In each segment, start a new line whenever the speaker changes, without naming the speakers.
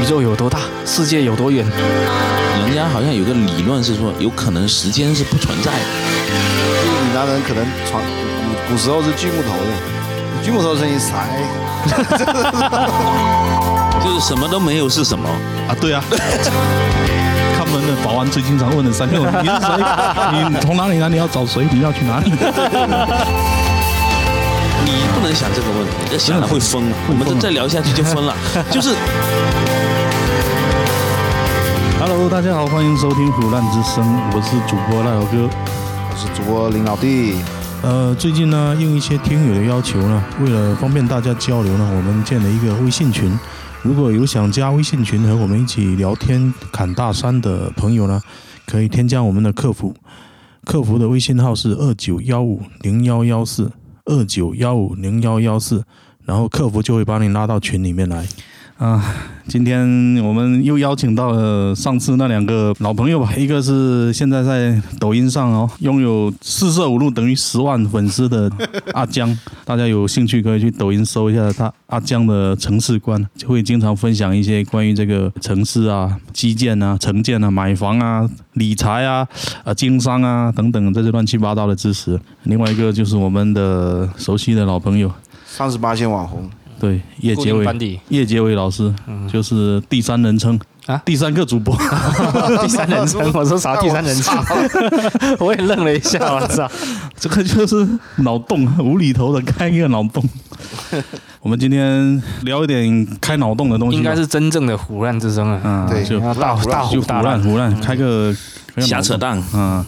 宇宙有多大，世界有多远？
人家好像有个理论是说，有可能时间是不存在的。
就是闽南人可能传古古时候是锯木头的，锯木头的声音塞。
就是什么都没有是什么？
啊，对啊。 看门的保安最经常问的三个问题是谁？你从哪里来？你要找谁？你要去哪里？
你不能想这个问题，这想了会疯啊。我们这再聊下去就疯了。就是，
Hello，大家好，欢迎收听《腐烂之声》，我是主播赖老哥。
我是主播林老弟，
呃，最近呢，应一些听友的要求呢，为了方便大家交流呢，我们建了一个微信群。如果有想加微信群和我们一起聊天侃大山的朋友呢，可以添加我们的客服，客服的微信号是二九幺五零幺幺四二九幺五零幺幺四，然后客服就会把你拉到群里面来。啊，今天我们又邀请到了上次那两个老朋友吧， 一个是现在在抖音上哦拥有四舍五入等于十万粉丝的阿江， 大家有兴趣可以去抖音搜一下他阿江的城市观，就会经常分享一些关于这个城市啊、基建啊、城建啊、买房啊、理财啊、啊经商啊等等这些乱七八糟的知识。另外一个就是我们的熟悉的老朋友，
三十八线网红，
对叶
固
杰
定
伟。
班 底，
叶杰伟老师，就是第三人称
嗯啊
第三个 主播。
第三人 称，我说啥第三人称？ 我也愣了一 下，我操！
这个就是脑洞，无厘头的开一个脑 洞。我们今天聊一点开脑洞的东西吧，
应该是真正的胡乱之声啊！
嗯，
对，
就
要大胡
大
大
胡
就胡乱胡乱开个开个脑洞
瞎扯淡。
嗯，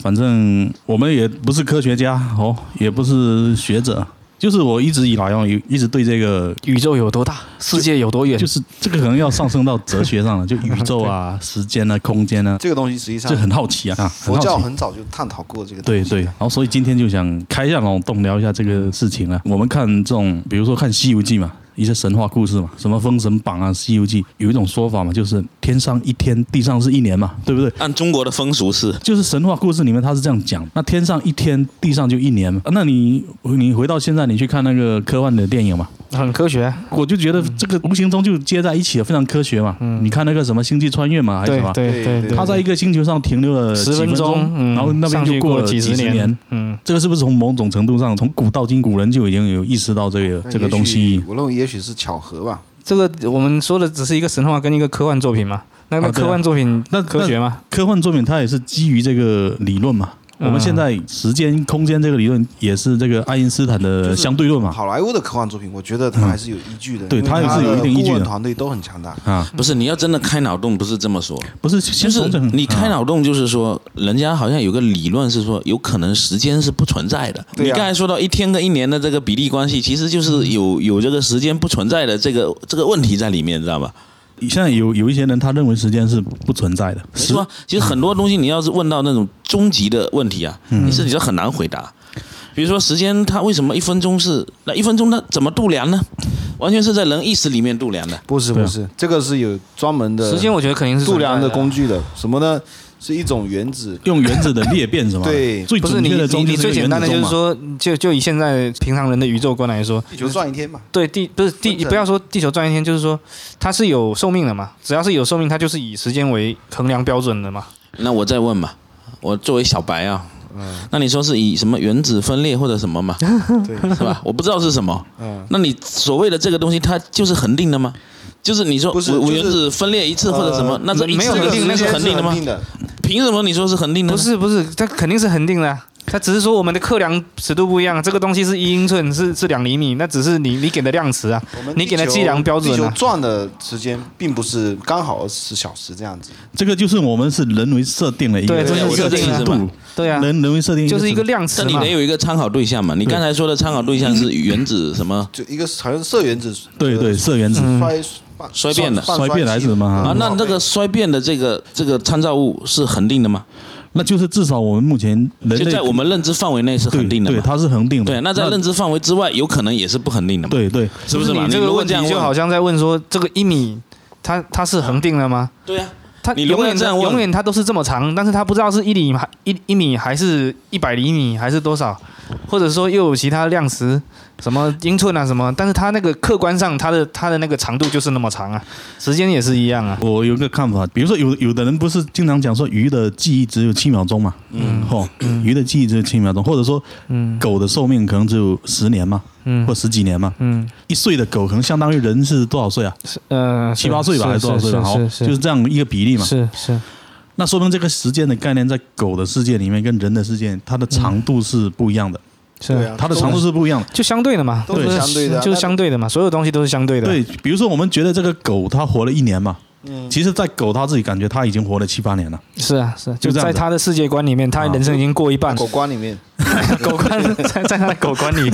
反正我们也不是科学家哦，也不是学者，就是我一直以来哦，有一直对这个
宇宙有多大，世界有多远
就？是这个可能要上升到哲学上了，就宇宙啊、 时间啊、空间啊，
这个东西实际上
就很好奇啊，啊很
佛
好奇
教很早就探讨过这个东
对
西。
对，然后所以今天就想开一下脑洞，聊一下这个事情啊。我们看这种，比如说看《西游记》嘛，一些神话故事嘛，什么《封神榜》啊，《西游记》有一种说法嘛，就是天上一天，地上是一年嘛，对不对？
按中国的风俗是，
就是神话故事里面他是这样讲，那天上一天，地上就一年嘛。啊那你你回到现在，你去看那个科幻的电影嘛，
很科学啊，
我就觉得这个无形中就接在一起了，非常科学嘛。你看那个什么《星际穿越》嘛，还
嗯
是
对
什么？
对对对，
他在一个星球上停留了
十
几
分
钟，
钟，嗯
然后那边
上
就
去过
了几
十
十
年，嗯，
这个是不是从某种程度上，从古到今，古人就已经有意识到这个
那
这个
也
东
许
西？
我认为也许是巧合吧。
这个我们说的只是一个神话跟一个科幻作品嘛，那
啊
个
对啊
科幻作品
那
科学吗？
科幻作品它也是基于这个理论嘛。
嗯
我们现在时间、空间这个理论也是这个爱因斯坦的
就是
相对论嘛。
好莱坞的科幻作品，我觉得它还是有依据的，
啊对
因为
它也是有一定依据的
顾问团队都很强大。
啊，
不是你要真的开脑洞，不是这么说。
不是，
就
先
是
从这个
你开
啊
脑洞，就是说，人家好像有个理论是说，有可能时间是不存在的。
对
你
呀
刚才说到一天跟一年的这个比例关系，其实就是有有这个时间不存在的这个这个问题在里面，知道吧？
现在有有一些人他认为时间是不存在的，
是
时
吧？其实很多东西你要是问到那种终极的问题啊，你自己都很难回答。比如说时间，它为什么一分钟是那一分钟它怎么度量呢？完全是在人意识里面度量的。
不是
对啊
不是，这个是有专门的
时间我觉得肯定是
度量的工
具，
具的，什么呢？是一种原子。
用原子的裂变什么？
对
最
不是
准
你
确的
你
钟
呃你
就
最
是
简
原
单
子
的就
钟
是
嘛。
说，就就以现在平常人的宇宙观来说，
地球转一天嘛，
对地不是地，不要说地球转一天，就是说它是有寿命的嘛。只要是有寿命，它就是以时间为衡量标准的嘛。
那我再问嘛，我作为小白啊，那你说是以什么原子分裂或者什么嘛，
嗯
对，
是吧？我不知道是什么。
嗯，
那你所谓的这个东西，它就是恒定的吗？就是你说
不是
我我
就是
原子分裂一次或者什么，
呃
那这一
没有
次
恒
这个
定
时
那个
间是恒定的吗？
的，
凭什么你说是恒定的？
不，是不是，它肯定是恒定的啊、它只是说我们的测量尺度不一样，这个东西是一英寸，是是两厘米，那只是你你给的量尺啊。
我们
你给它
地球
计量标准啊
地球转的时间并不是刚好二十小时这样子，
这个就是我们是人为设定的一
对
个
这是
一个
设定
尺
的
度，
对啊，
人人为设定
就是一
尺
个
度
量尺
但你
嘛
得。有一个参考对象嘛。你刚才说的参考对象是原子什么？
就一个好像射原子
对对射原
嗯
子
衰半
衰变的
半
衰变来自什么
半
啊
啊，
衰
那这个衰变的这个这个参照物是恒定的吗？
那就是至少我们目前人类
就在我们认知范围内是
对
恒定的
对，
嘛？
它是恒定的。
对，那在认知范围之外，有可能也是不恒定的嘛？，
对对，
是不是嘛？
你这
如
个
果
问
这样
题就好像在问说，这个一米，它它是恒定的吗？
对啊，
它
你
永
不
远
能这样问
永远它都是这么长，但是它不知道是一厘米一一米还是一百厘米还是多少，或者说又有其他量词，什么英寸啊什么，但是它那个客观上它的它的那个长度就是那么长啊，时间也是一样啊。
我有一个看法，比如说有有的人不是经常讲说鱼的记忆只有七秒钟嘛，嗯，吼、鱼的记忆只有七秒钟，或者说
嗯
狗的寿命可能只有十年嘛，
嗯
或十几年嘛，
嗯
一岁的狗可能相当于人是多少岁啊？
是呃
七八岁吧，还是多少岁吧？好，
是
就是这样一个比例嘛。
是是
那说明这个时间的概念在狗的世界里面跟人的世界，它的长度是不一样的，
对
是，
啊，
它的长度是不一样的。
就相对的嘛，
都是
不
相对的啊
就是
那
相对的嘛，所有东西都是相对的。啊
对，比如说我们觉得这个狗它活了一年嘛，
嗯
其实，在狗它自己感觉它已经活了七八年了。
是啊，是啊，
就
就
这样
在
子
他的世界观里面，他
啊
人生已经过一半。
狗官里面，
狗观在在他的狗观里，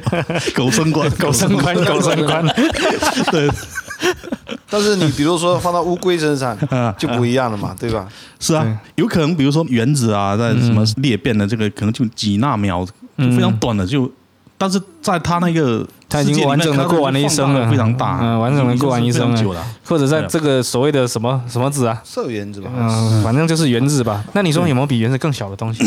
狗生观，
狗生观，狗生观。
对，
但是你比如说放到乌龟身 上
啊
就不一样了嘛，对吧？
是啊，有可能比如说原子啊，在什么裂变的这个，可能就几纳秒，就非常
嗯
短的就。但是在它那个
它已
世界
经
里
完
面
整的
它
过完了一生
放大
了，
非常大，
嗯，完整的
已经
过完
是
一生
非常久
了，
了。
或者在
对啊
这个所谓的什么什么子啊，
射原子吧，
啊
嗯，反正就是原子吧。那你说有没有比原子更小的东西？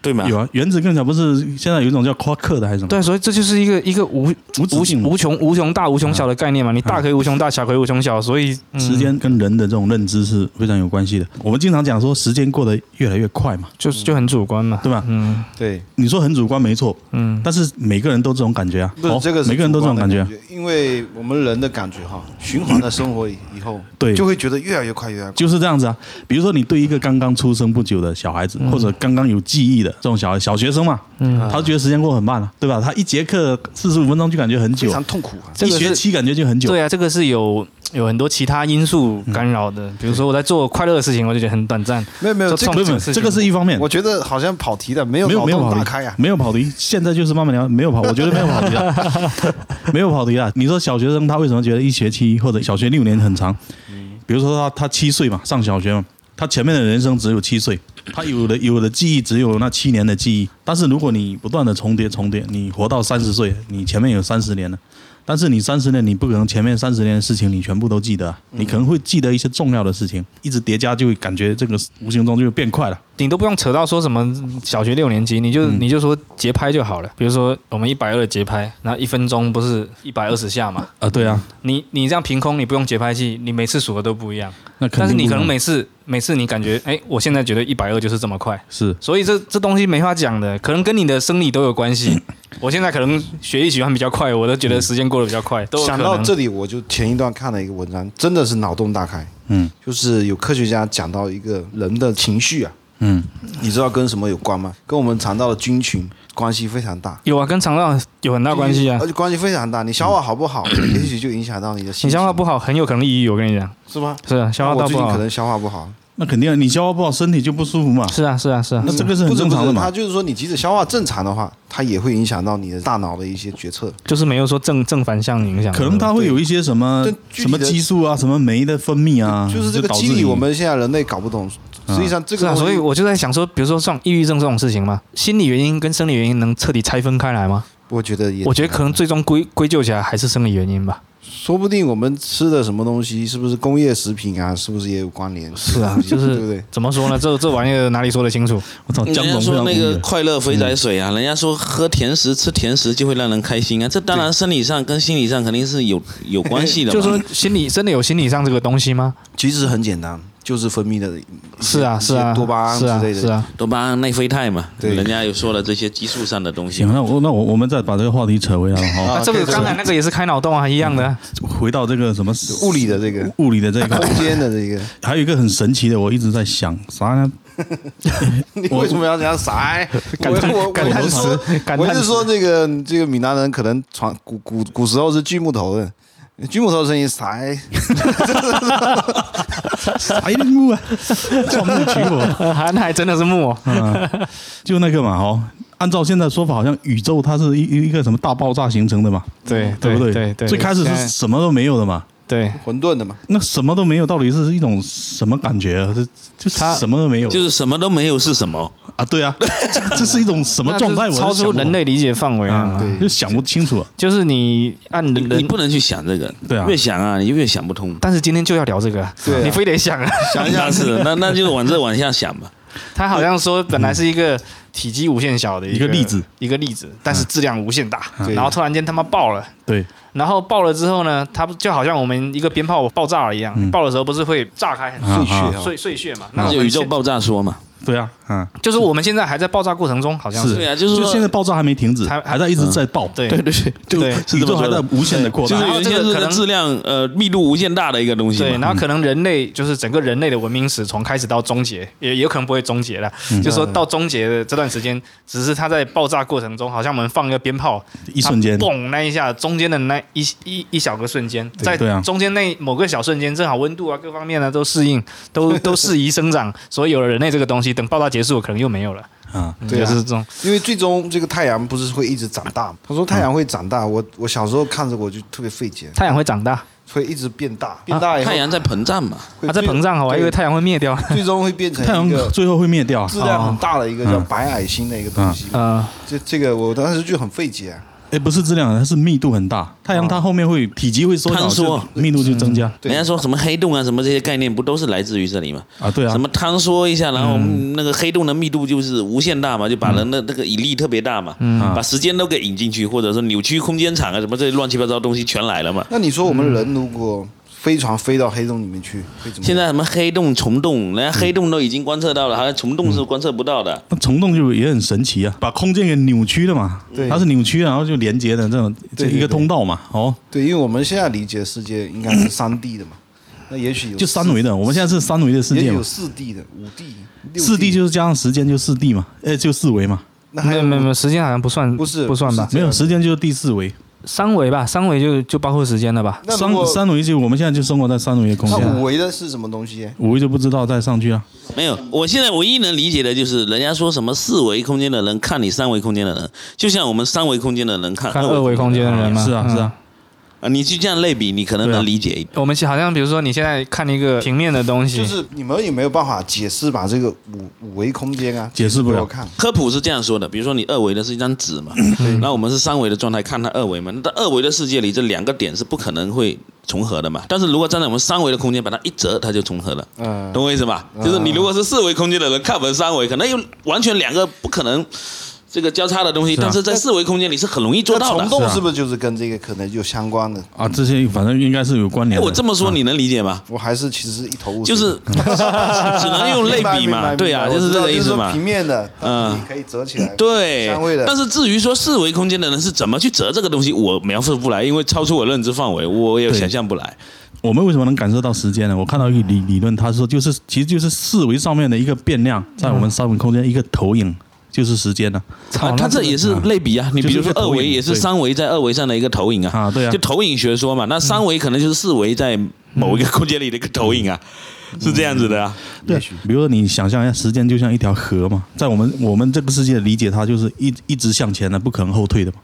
对吗？
有啊，原子更小，不是现在有一种叫夸克的还是什么？
对，所以这就是一个一个无
无止境
无无穷无穷大无穷小的概念嘛。你大可以无穷大，小可以无穷小，所以嗯
时间跟人的这种认知是非常有关系的。我们经常讲说时间过得越来越快嘛，
就就很主观嘛，
对吧
嗯
对，
你说很主观没错，
嗯，
但是每个人都这种感觉啊，
不是这个是
每个人都这种
主观
感
的
觉
感
啊，
觉，因为我们人的感觉哈，循环的生活以以后，
对
就会觉得越来越快，越来越快。
就是这样子啊。比如说你对一个刚刚出生不久的小孩子，或者刚刚有记忆的这种小孩，小学生嘛，
嗯
他觉得时间过得很慢啊，对吧？他一节课四十五分钟就感觉很
非
久
常
啊，
痛苦啊！
这
一
个
学
是
期感觉就很久。
对啊，这个是有有很多其他因素干扰的，比如说我在做快乐的事情，我就觉得很短暂。
没有没有，
就
这
痛
个
苦
不是，不是这个是一方面
我。觉得好像跑题了，没有
没有
脑
没有
洞
跑
大
题
开啊，
没有跑题，现在就是慢慢聊，没有跑，我觉得没有跑 题啊，没有跑题啊。你说小学生他为什么觉得一学期或者小学六年很长？比如说他他七岁嘛，上小学嘛，他前面的人生只有七岁，他有的有的记忆只有那七年的记忆。但是如果你不断的重叠重叠，你活到三十岁，你前面有三十年了。但是你三十年，你不可能前面三十年的事情你全部都记得啊、
嗯
你可能会记得一些重要的事情，一直叠加就会感觉这个无形中就变快了。
你都不用扯到说什么小学六年级，你就、
嗯
你就说节拍就好了。比如说我们一百二的节拍，然后一分钟不是一百二十下嘛？
啊，对啊，
你你这样凭空，你不用节拍器，你每次数的都不一样。
那肯定
但是你
不
可
啊
能
一样
每次每次你感觉，哎，我现在觉得一百二就是这么快，
是
所以这这东西没法讲的，可能跟你的生理都有关 系。我现在可能血液循环比较快，我都觉得时间过得比较快，都有可
想
能
到这里，我就前一段看了一个文章，真的是脑洞大开。
嗯，
就是有科学家讲到一个人的情绪啊，
嗯，
你知道跟什么有关吗？跟我们肠道的菌群关系非常大，
有啊，跟肠道有很大关系啊嗯
而。且关系非常大。你消化好不好，也许就影响到你的心情。
你消化不好，很有可能抑郁。我跟你讲，
是吗？
是啊，消化
那
道
哦我最
不
近
好
可。能消化不好，
那肯定啊，你消化不好，身体就不舒服嘛。
是啊，是啊，是啊。
那这个是
不
很
是
正常的
不是它
嘛。
就是说，你即使消化正常的话，它也会影响到你的大脑的一些决策。
就是没有说正正反向影响，
可能它会有一些什么
对具
什
体
么
的
激素啊，什么酶的分泌啊，
嗯
就是这个
导致
机理，
你
我们现在人类搞不懂。实际上，这
是
个
啊，
东西
所以我就在想说，比如说像抑郁症这种事情嘛，心理原因跟生理原因能彻底拆分开来吗？
我觉得也，
我觉得可能最终归归咎起来还是生理原因吧。
说不定我们吃的什么东西，是不是工业食品啊？是不是也有关联？
是啊，就
对不
是
对
怎么说呢？这这玩意儿哪里说得清楚？
我操，
人
江
家
总非
说
常无
那
语
个
啊
快乐肥宅水啊，人家说喝甜食、吃甜食就会让人开心啊，这当然生理上跟心理上肯定是有有关系的嘛。
就说心理真的有心理上这个东西吗？
其实很简单，就是分泌的一些
是啊，是
一
啊，
些多巴胺
是
之
啊，
类的。
是啊，
多巴胺、内啡肽嘛，
对
人家有说了这些激素上的东西
行，。那我那我我们再把这个话题扯回来了
啊，
哈，
这个刚才那个也是开脑洞啊，一样的
嗯
啊。
回到这个什么
物理的这个
物理的这 一块，
空间的这个，
还有一个很神奇的，我一直在想啥呢？
你为什么要这样傻？
感叹
我我
感叹
我是说
词感叹
我是
词
说这个这个闽南人可能传古古古时候是锯木头的，锯木头声音傻。
啥一幕啊？ 撞不起我。
呃韩海真的是木偶，
嗯，就那个嘛，哈，按照现在说法，好像宇宙它是一一个什么大爆炸形成的嘛，
对
对不
对
对？最开始
现
是
在
什么都没有的嘛，
对，
混沌的嘛。
那什么都没有，到底是一种什么感觉啊？这就
它
什么都没有，
就是什么都没有是什么？
啊，对啊， 这这是一种什么
那
状态？
就
我
是
是
超
想
出
不
人类理解范围
啊
啊，，
嗯对
就想不清楚啊。
就是你按人
你
人
不能去想这个，
对啊
越想啊，你就越想不通。
但是今天就要聊这个，
对啊
你非得想啊。
想一想
那是那那就往这往下想吧。
他好像说本来是一个体积无限小的
嗯一个例子，嗯
一个例子，但是质量无限大，
对
然后突然间他妈爆了。
对，
然后爆了之后呢，它就好像我们一个鞭炮爆炸了一样，
嗯
爆的时候不是会炸开很碎
碎屑
啊
啊，
碎碎屑嘛？那
那
我
就
们
宇宙
现，
爆炸说嘛。
对啊，嗯，
就是我们现在还在爆炸过程中，好像
是
是
对啊，就是
就
说
现在爆炸还没停止，
还
还在一直在爆，
对
对对
就
对
是
宇
这
宙
么
还
说
在
的
无限的扩
就
大
是，
然后这
原
个
先是
可能
质量呃密度无限大的一个东西
对，
嘛。
然后可能人类就是整个人类的文明史从开始到终结，也也有可能不会终结了。
嗯
就说到终结的这段时间，只是它在爆炸过程中，好像我们放一个鞭炮，
一瞬间
它嘣那一下，中间的那一一一小个瞬间，在
对啊
中间那某个小瞬间，正好温度啊各方面呢、都适应，都 都适宜生 长，所以有了人类这个东西。等爆炸结束，可能又没有了。
啊，
嗯
对啊
就是这种，
因为最终这个太阳不是会一直长大吗？他说太阳会长大，我我小时候看着我就特别费解，
太阳会长大，
会一直变大，变大以后
太阳在膨胀嘛，
会
它在
最
膨
啊
胀，我哦还以为
对
太阳会灭掉。
最终会变成
太
一
阳
个
最后会灭掉啊，
质量很大的一个叫
嗯
白矮星的一个东西。
哦嗯，
这这个我当时就很费解啊，
哎，不是质量，它是密度很大。太阳它后面会体积会缩小，
坍缩
就密度就增加
对
人家说什么黑洞啊，什么这些概念不都是来自于这里吗？
啊，对啊
什，么坍缩一下，然后那个黑洞的密度就是无限大嘛，就把人的那个引力特别大嘛，
啊
把时间都给引进去，或者说扭曲空间场啊什么这些乱七八糟的东西全来了嘛。
那你说我们人如果飞船飞到黑洞里面去，会怎么样？
现在什么黑洞、虫洞，人家黑洞都已经观测到了，好像虫洞是观测不到的。
那虫洞就也很神奇啊，把空间给扭曲了嘛，
对
它是扭曲，然后就连接的这种这
对对
一个通道嘛，哦，
对，因为我们现在理解世界应该是三 D 的嘛，那也许有
就三维
的，
的，我们现在是三维的世
也
界
许
嘛
有，四 D 的、五 D、六
四 D 就是加上时间就四 D 嘛，哎，就四维嘛，
那还
没有
有
没有没有，时间好像不算，
不是
不算吧
不？是啊
没有时间就是第四维，
三维吧，三维就就包括时间了吧？
那
三
如果
三维就我们现在就生活在三维的空
那五
间，嗯
维的是什么东西？
五维就不知道再上去啊，
没有，我现在唯一能理解的就是，人家说什么四维空间的人看你三维空间的人，就像我们三维空间的人看
看
二
二维空间的人吗？
是啊是啊，
啊，你去这样类比，你可能
对啊
能理解一点。
我们好像比如说你现在看一个平面的东西，
就是你们有没有办法解释把这个五五维空间啊
解释不
给
了
我看？
科普是这样说的，比如说你二维的是一张纸嘛，那我们是三维的状态看它二维嘛，那在二维的世界里这两个点是不可能会重合的嘛。但是如果站在我们三维的空间把它一折，它就重合了，
嗯，
懂我意思吧？就是你如果是四维空间的人看我们三维，可能有完全两个不可能这个交叉的东西，
是啊
但是在四维空间里是很容易做
那
到的
虫。洞是不是就是跟这个可能有相关的？
啊，这些反正应该是有关
哎，
联的。
我这么说你能理解吗？
我还是其实一头雾
就
水。
是 只能用类比
明白明
嘛，
白
对啊，
明白
就是这
我
个
知道
意思
说
嘛。
平面的，
嗯
你可以折起来。
对
相位的，
但是至于说四维空间的人是怎么去折这个东西，我描述不来，因为超出我认知范围，我也
对
想象不来。
我们为什么能感受到时间呢？我看到一个理理论，他说就是其实就是四维上面的一个变量，在我们三维空间一个投影就是时间呢
操，
它
那
啊这也是
嗯
类比啊，你比如说二维也是三维在二维上的一个投影啊，
啊，对啊嗯
就，投影学说嘛。那三维可能就是四维在某一个空间里的一个投影啊，
嗯
是这样子的啊。
对，比如说你想象一下，时间就像一条河嘛，在我们我们这个世界理解它就是一一直向前的，不可能后退的嘛，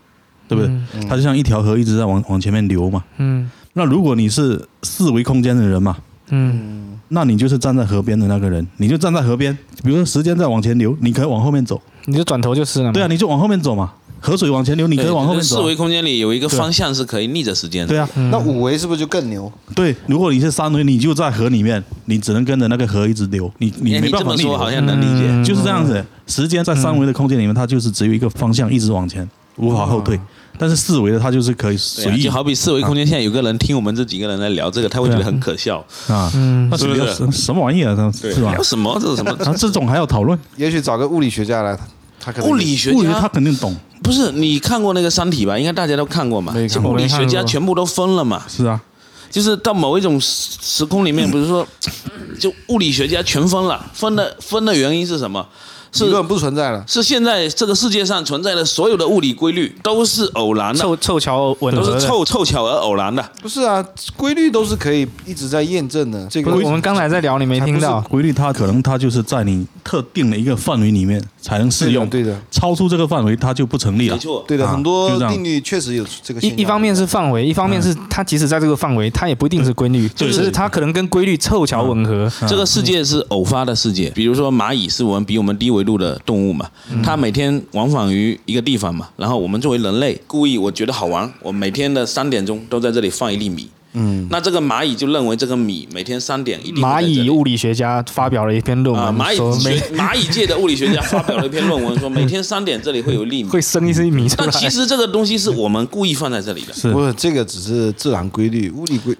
对不对？它就像一条河一直在往往前面流嘛。
嗯
那如果你是四维空间的人嘛，
嗯
那你就是站在河边的那个人，你就站在河边。比如说时间在往前流，你可以往后面走，
你就转头就是了嘛。
对啊，你就往后面走嘛。河水往前流，你可以往后面
对
走
四
啊、
维空间里有一个
对
方向是可以逆着时间的。
对啊，
嗯，
那五维是不是就更牛？
对，如果你是三维，你就在河里面，你只能跟着那个河一直流，你你
哎
没
你
办
这
法
么
逆嗯
说
流。
好像能理解。
就是这样子，时间在三维的空间里面，它就是只有一个方向，一直往前，无法后退。但是四维的，它就是可
对
以随
啊
意
就好比四维空间，现在有个人听我们这几个人在聊这个，他会觉得很可笑，
啊，
嗯
那
是不是
比较什什么玩意儿啊？是 吧
聊？什么这是什么？
啊，这种还要讨论？
也许找个物理学家来，他可能
物理学
物理
家
他肯定懂，
不是你看过那个《三体》吧？应该大家都看过嘛。
没看过
物理学
没看
家
过
全部都分了嘛，
是啊，
就是到某一种时时空里面，不是说，就物理学家全分了，分的分的原因是什么？
理
是
论不存在了。
是现在这个世界上存在的所有的物理规律都是偶然的，
凑凑巧吻
都
合
是
的。
凑凑巧而偶然的。
不是啊，规律都是可以一直在验证的。这个
不是，我们刚才在聊，你没听到。
规律它可能它就是在你特定的一个范围里面才能
对
适
的
用，
对的，
超出这个范围它就不成立了
没。错，
对的，
啊
很多
就这样
定律确实有这个现象
一一方面是范围，一方面是它即使在这个范围，它也不一定是规律，就
对
只是它可能跟规律凑巧吻合。
这个世界是偶发的世界。比如说蚂蚁是我们比我们低维度的动物嘛，它每天往返于一个地方嘛。然后我们作为人类，故意我觉得好玩，我每天的三点钟都在这里放一粒米。嗯，那这个蚂蚁就认为这个米每天三点一定会在
蚂
这里
蚁物理学家发表了一篇论
啊，
文，
蚂蚁
说每
学蚂蚁界的物理学家发表了一篇论文，说每天三点这里会有粒 米。
会生一只米出
但
来。
其实这个东西是我们故意放在这里的，
是
不是这个只是自然规律，物理规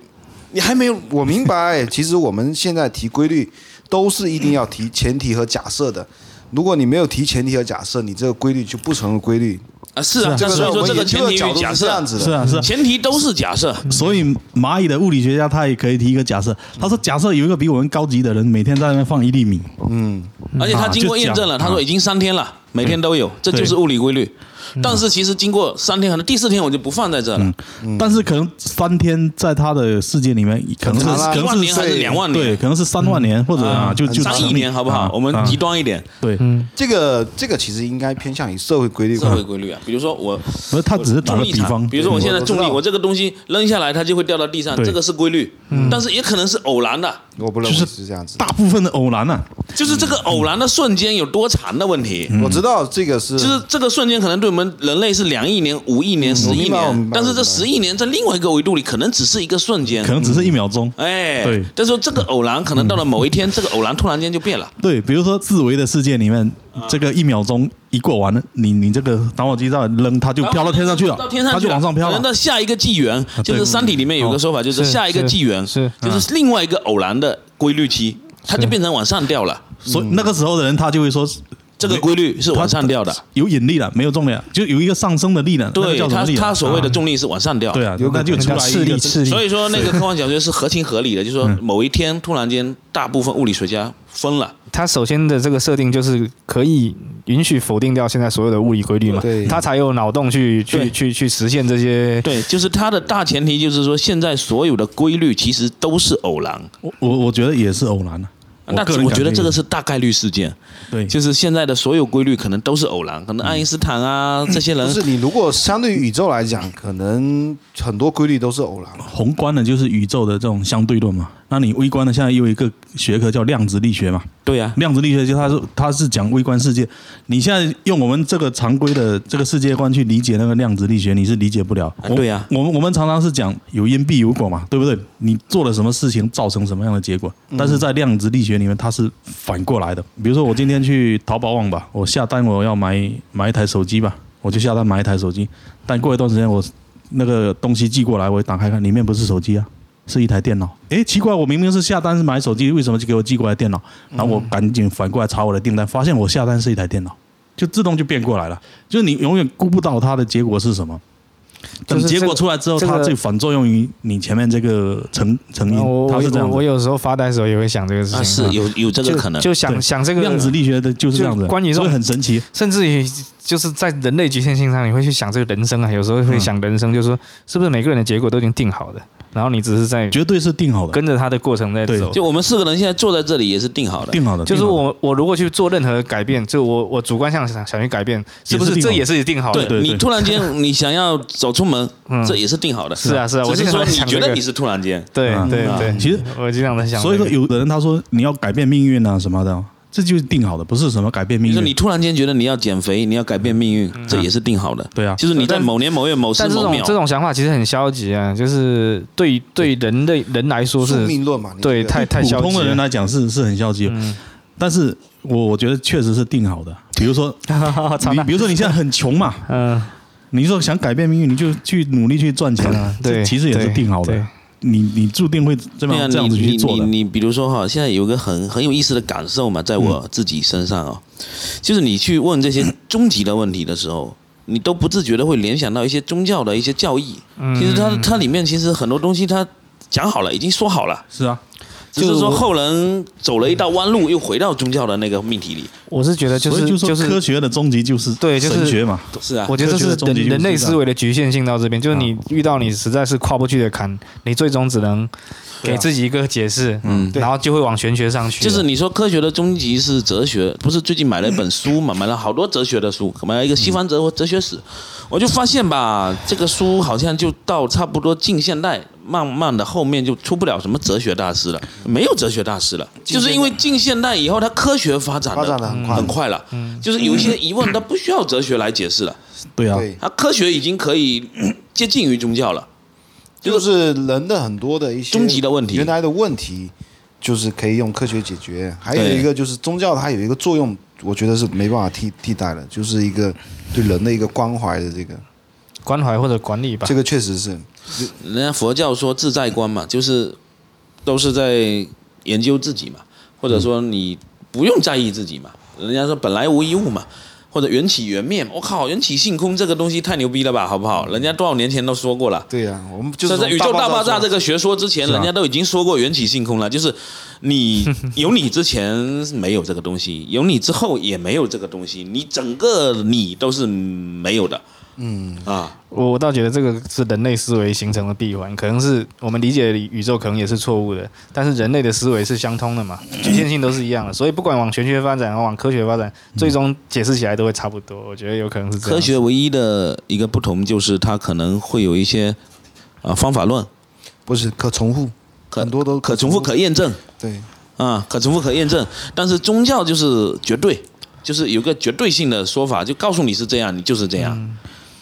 你还没有
我明白， 其实我们现在提规律都是一定要提前提和假设的。如果你没有提前提和假设，你这个规律就不成为规律。
啊，是啊，那
个
所以
我
说
们
这个
研
前
究的
提
角
与
度
假
是这样
设，
子的，
是啊是啊，
前提都是假设，
所以蚂蚁的物理学家他也可以提一个假设，他说假设有一个比我们高级的人每天在那边放一粒米，
而且他经过验证了，
嗯啊就讲嗯
他说已经三天了，每天都有，这
对
就是物理规律。但是其实经过三天，可能第四天我就不放在这
嗯
了，
但是可能三天在他的世界里面可能是
很长啊
一
可能
万
是
年还是两万
对，
年，嗯
可能是三万年或者啊就就
三亿年好不
啊
好？我们极
极
端一点，
对，
这个这个其实应该偏向于社会规律
社
化
会。规律啊，比如说我
不是他只是打
重
个
力
比
场，
方，
比如说我现在
我知道
重力，我这个东西扔下来，它就会掉到地上，
对嗯
这个是规律，但是也可能是偶然的，
我不认为
就是
是这样子的。
大部分的偶然啊，
就是这个偶然的瞬间有多长的问题。
嗯
我知道这个是，
就是这个瞬间，可能对我们人类是两亿年、五亿年、十
嗯我
亿
明白我明
年，
白
但是这
我明白
十亿年在另外一个维度里，可能只是一个瞬间
可。能只是一秒钟。
哎，
对
但是这个偶然可能到了某一天，这个偶然突然间就变了。
对，比如说四维的世界里面，
啊
这个一秒钟一过完了，你你这个打火机再扔，它就飘到天上去了，
到天上
它
去
就
了
往上飘
可
了啊
能。到下一个纪元，就是《三体》里面有个说法，就是
是
下一个纪元
是
就是另外一个偶然的规律期，它就变成往上掉了。
所以那个时候的人，他就会说
这个规律是往上掉的，
有引力了，没有重力了，就有一个上升的力量，那个
对
叫什么
它
力量啊
它所谓的重力是往上掉。
对啊，
有可能
那就出
叫
来
斥
一
力
个
斥力，
所以说那个科幻小说是合情合理的，就是
嗯
说某一天突然间大部分物理学家疯了，
它首先的这个设定就是可以允许否定掉现在所有的物理规律嘛
对，
它才有脑洞去去
对
去去实现这些。
对，就是它的大前提就是说现在所有的规律其实都是偶然，
我我我觉得也是偶然的。啊
那
个人
我
感
觉得这个
也
是大概率事件，
对，
就是现在的所有规律可能都是偶然，可能爱因斯坦啊
嗯
这些
不
人
是你如果相对于宇宙来讲，可能很多规律都是偶然。
宏观的就是宇宙的这种相对论嘛。那你微观的现在又有一个学科叫量子力学嘛，
对啊，
量子力学就它是它是讲微观世界。你现在用我们这个常规的这个世界观去理解那个量子力学，你是理解不了。
啊对呀
我们我们常常是讲有因必有果嘛，对不对？你做了什么事情造成什么样的结果，
嗯
但是在量子力学里面它是反过来的。比如说我今天去淘宝网吧，我下单我要买买一台手机吧，我就下单买一台手机，但过一段时间我那个东西寄过来，我打开看，里面不是手机啊。是一台电脑。诶，奇怪，我明明是下单是买手机，为什么就给我寄过来电脑？然后我赶紧反过来查我的订单，发现我下单是一台电脑，就自动就变过来了。就是你永远估不到它的结果是什么。
就
等
是这
结
个
果出来之后，
这个
它就反作用于你前面这个成成因
那哦我，
它
我
是这
我
样
我
子。
有时候发呆的时候也会想这个事情
啊
啊，
是有有这个
就
可能，
就想
对
想这个
量子力学的就是这样子，
就关于这种
所以很神奇。
甚至于就是在人类局限性上，你会去想这个人生啊，有时候会想人生，就是说是不是每个人的结果都已经定好的，然后你只是在
绝对是定好的，
跟着他的过程在
对
走。
就我们四个人现在坐在这里也是定好的，
定好的，
就是
定好的
我我如果去做任何改变，就我我主观上想想去改变，是不
也
是
是定好
这也
的
是定好的？
对对
你突然间你想要走出门，
嗯
这也是定好的，
是啊是啊我
只是
经常
说你
想
觉
这
得
个
你是突然间，
对
嗯
对
啊
对，
其实
我经常在想这个，
所以说有的人他说你要改变命运啊什么的，这就是定好的，不是什么改变
比
命
如说
运。
你突然间觉得你要减肥，你要改变命运，这也是定好的，
对啊，
就是你
嗯
在
但
某年某月某时
但这
某
种
秒
这。种想法其实很消极啊，就是对对人类人来说
宿
是，
命论嘛，你
对
这个
太太
普
消
通
极
的人
了。
来讲是是很消极的，
嗯，
但是我我觉得确实是定好的。比如说，
操
你
那
比如说你现在很穷嘛，
嗯，
你说想改变命运，你就去努力去赚钱啊，
对，
这其实也是
对
定好
对
的。你你注定会这
对啊，
么这样
你
子去
你
做
你
的。
你比如说哈，现在有个很很有意思的感受嘛，在我自己身上哦，就是你去问这些终极的问题的时候，你都不自觉的会联想到一些宗教的一些
嗯
教义。其实它它里面其实很多东西它讲好了，已经说好了，
是啊，
只是
就
说
我
后人走了一道弯路，又回到宗教的那个命题里。
我是觉得就
所
是
以就是说科学的终极就是
对就是
神学嘛，
是啊，
我觉得这
科学的
是
终极
人
就
人
是
类
这样
思维的局限性到这边，就是你遇到你实在是跨不去的坎，你最终只能
对
给
啊
自己一个解释，
嗯
对
然后就会往玄学上去了。
就是你说科学的终极是哲学，不是最近买了一本书 嘛，买了好多哲学的书，买了一个西方哲哲学
嗯
史，我就发现吧，这个书好像就到差不多近现代，慢慢的后面就出不了什么哲学大师了，
嗯
没有哲学大师了，就是因为近现代以后它科学发展
发展的
很
很快，嗯
快了，就是有一些疑问它不需要哲学来解释了，
对啊，
对，
它科学已经可以 嗯接近于宗教了，
就是人的很多的一些
终极的问题
原来的问题就是可以用科学解决。还有
对
一个就是宗教，它有一个作用，我觉得是没办法替替代的，就是一个对人的一个关怀的这个，
关怀或者管理吧
这。个确实是
人家佛教说自在观嘛，就是都是在研究自己嘛，或者说你不用在意自己嘛。人家说本来无一物嘛，或者缘起缘灭嘛。我、靠，缘起性空这个东西太牛逼了吧，好不好？人家多少年前都说过了。
对呀、啊我们就是
在在宇宙大爆炸这
个，
个学说之前，
是啊
人家都已经说过缘起性空了，就是 你有你之前没有这个东西，有你之后也没有这个东西，你整个你都是没有的。嗯啊，
我我倒觉得这个是人类思维形成的闭环，可能是我们理解宇宙可能也是错误的，但是人类的思维是相通的嘛，局限性都是一样的，所以不管往玄学发展，往科学发展，最终解释起来都会差不多。我觉得有可能是这样。
科学唯一的一个不同就是它可能会有一些啊、呃方法论，
不是可重复，
可
很多都
可重复、可验证
对，
啊、可重复、可验证。但是宗教就是绝对，就是有个绝对性的说法，就告诉你是这样，你就是这样，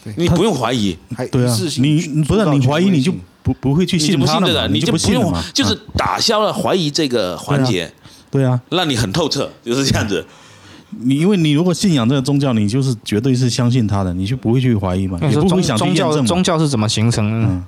对
你不用怀疑，
还
对
一
啊
次，性
你
塑
你不是
造
你
权
怀
威
疑你就
性
不不会去
你就
信
不
他
信这
嘛
个，
你
就
不
不
信了
用
嘛，，
就是
啊
打消了怀疑这个环节，
对啊，
让你很透彻，就是这样子。
你因为你如果信仰这个宗教，你就是绝对是相信他的，你就不会去怀疑嘛，
那你
也
说
不
宗
会想去
宗
验
教
证嘛
宗。教是怎么形成的呢？
嗯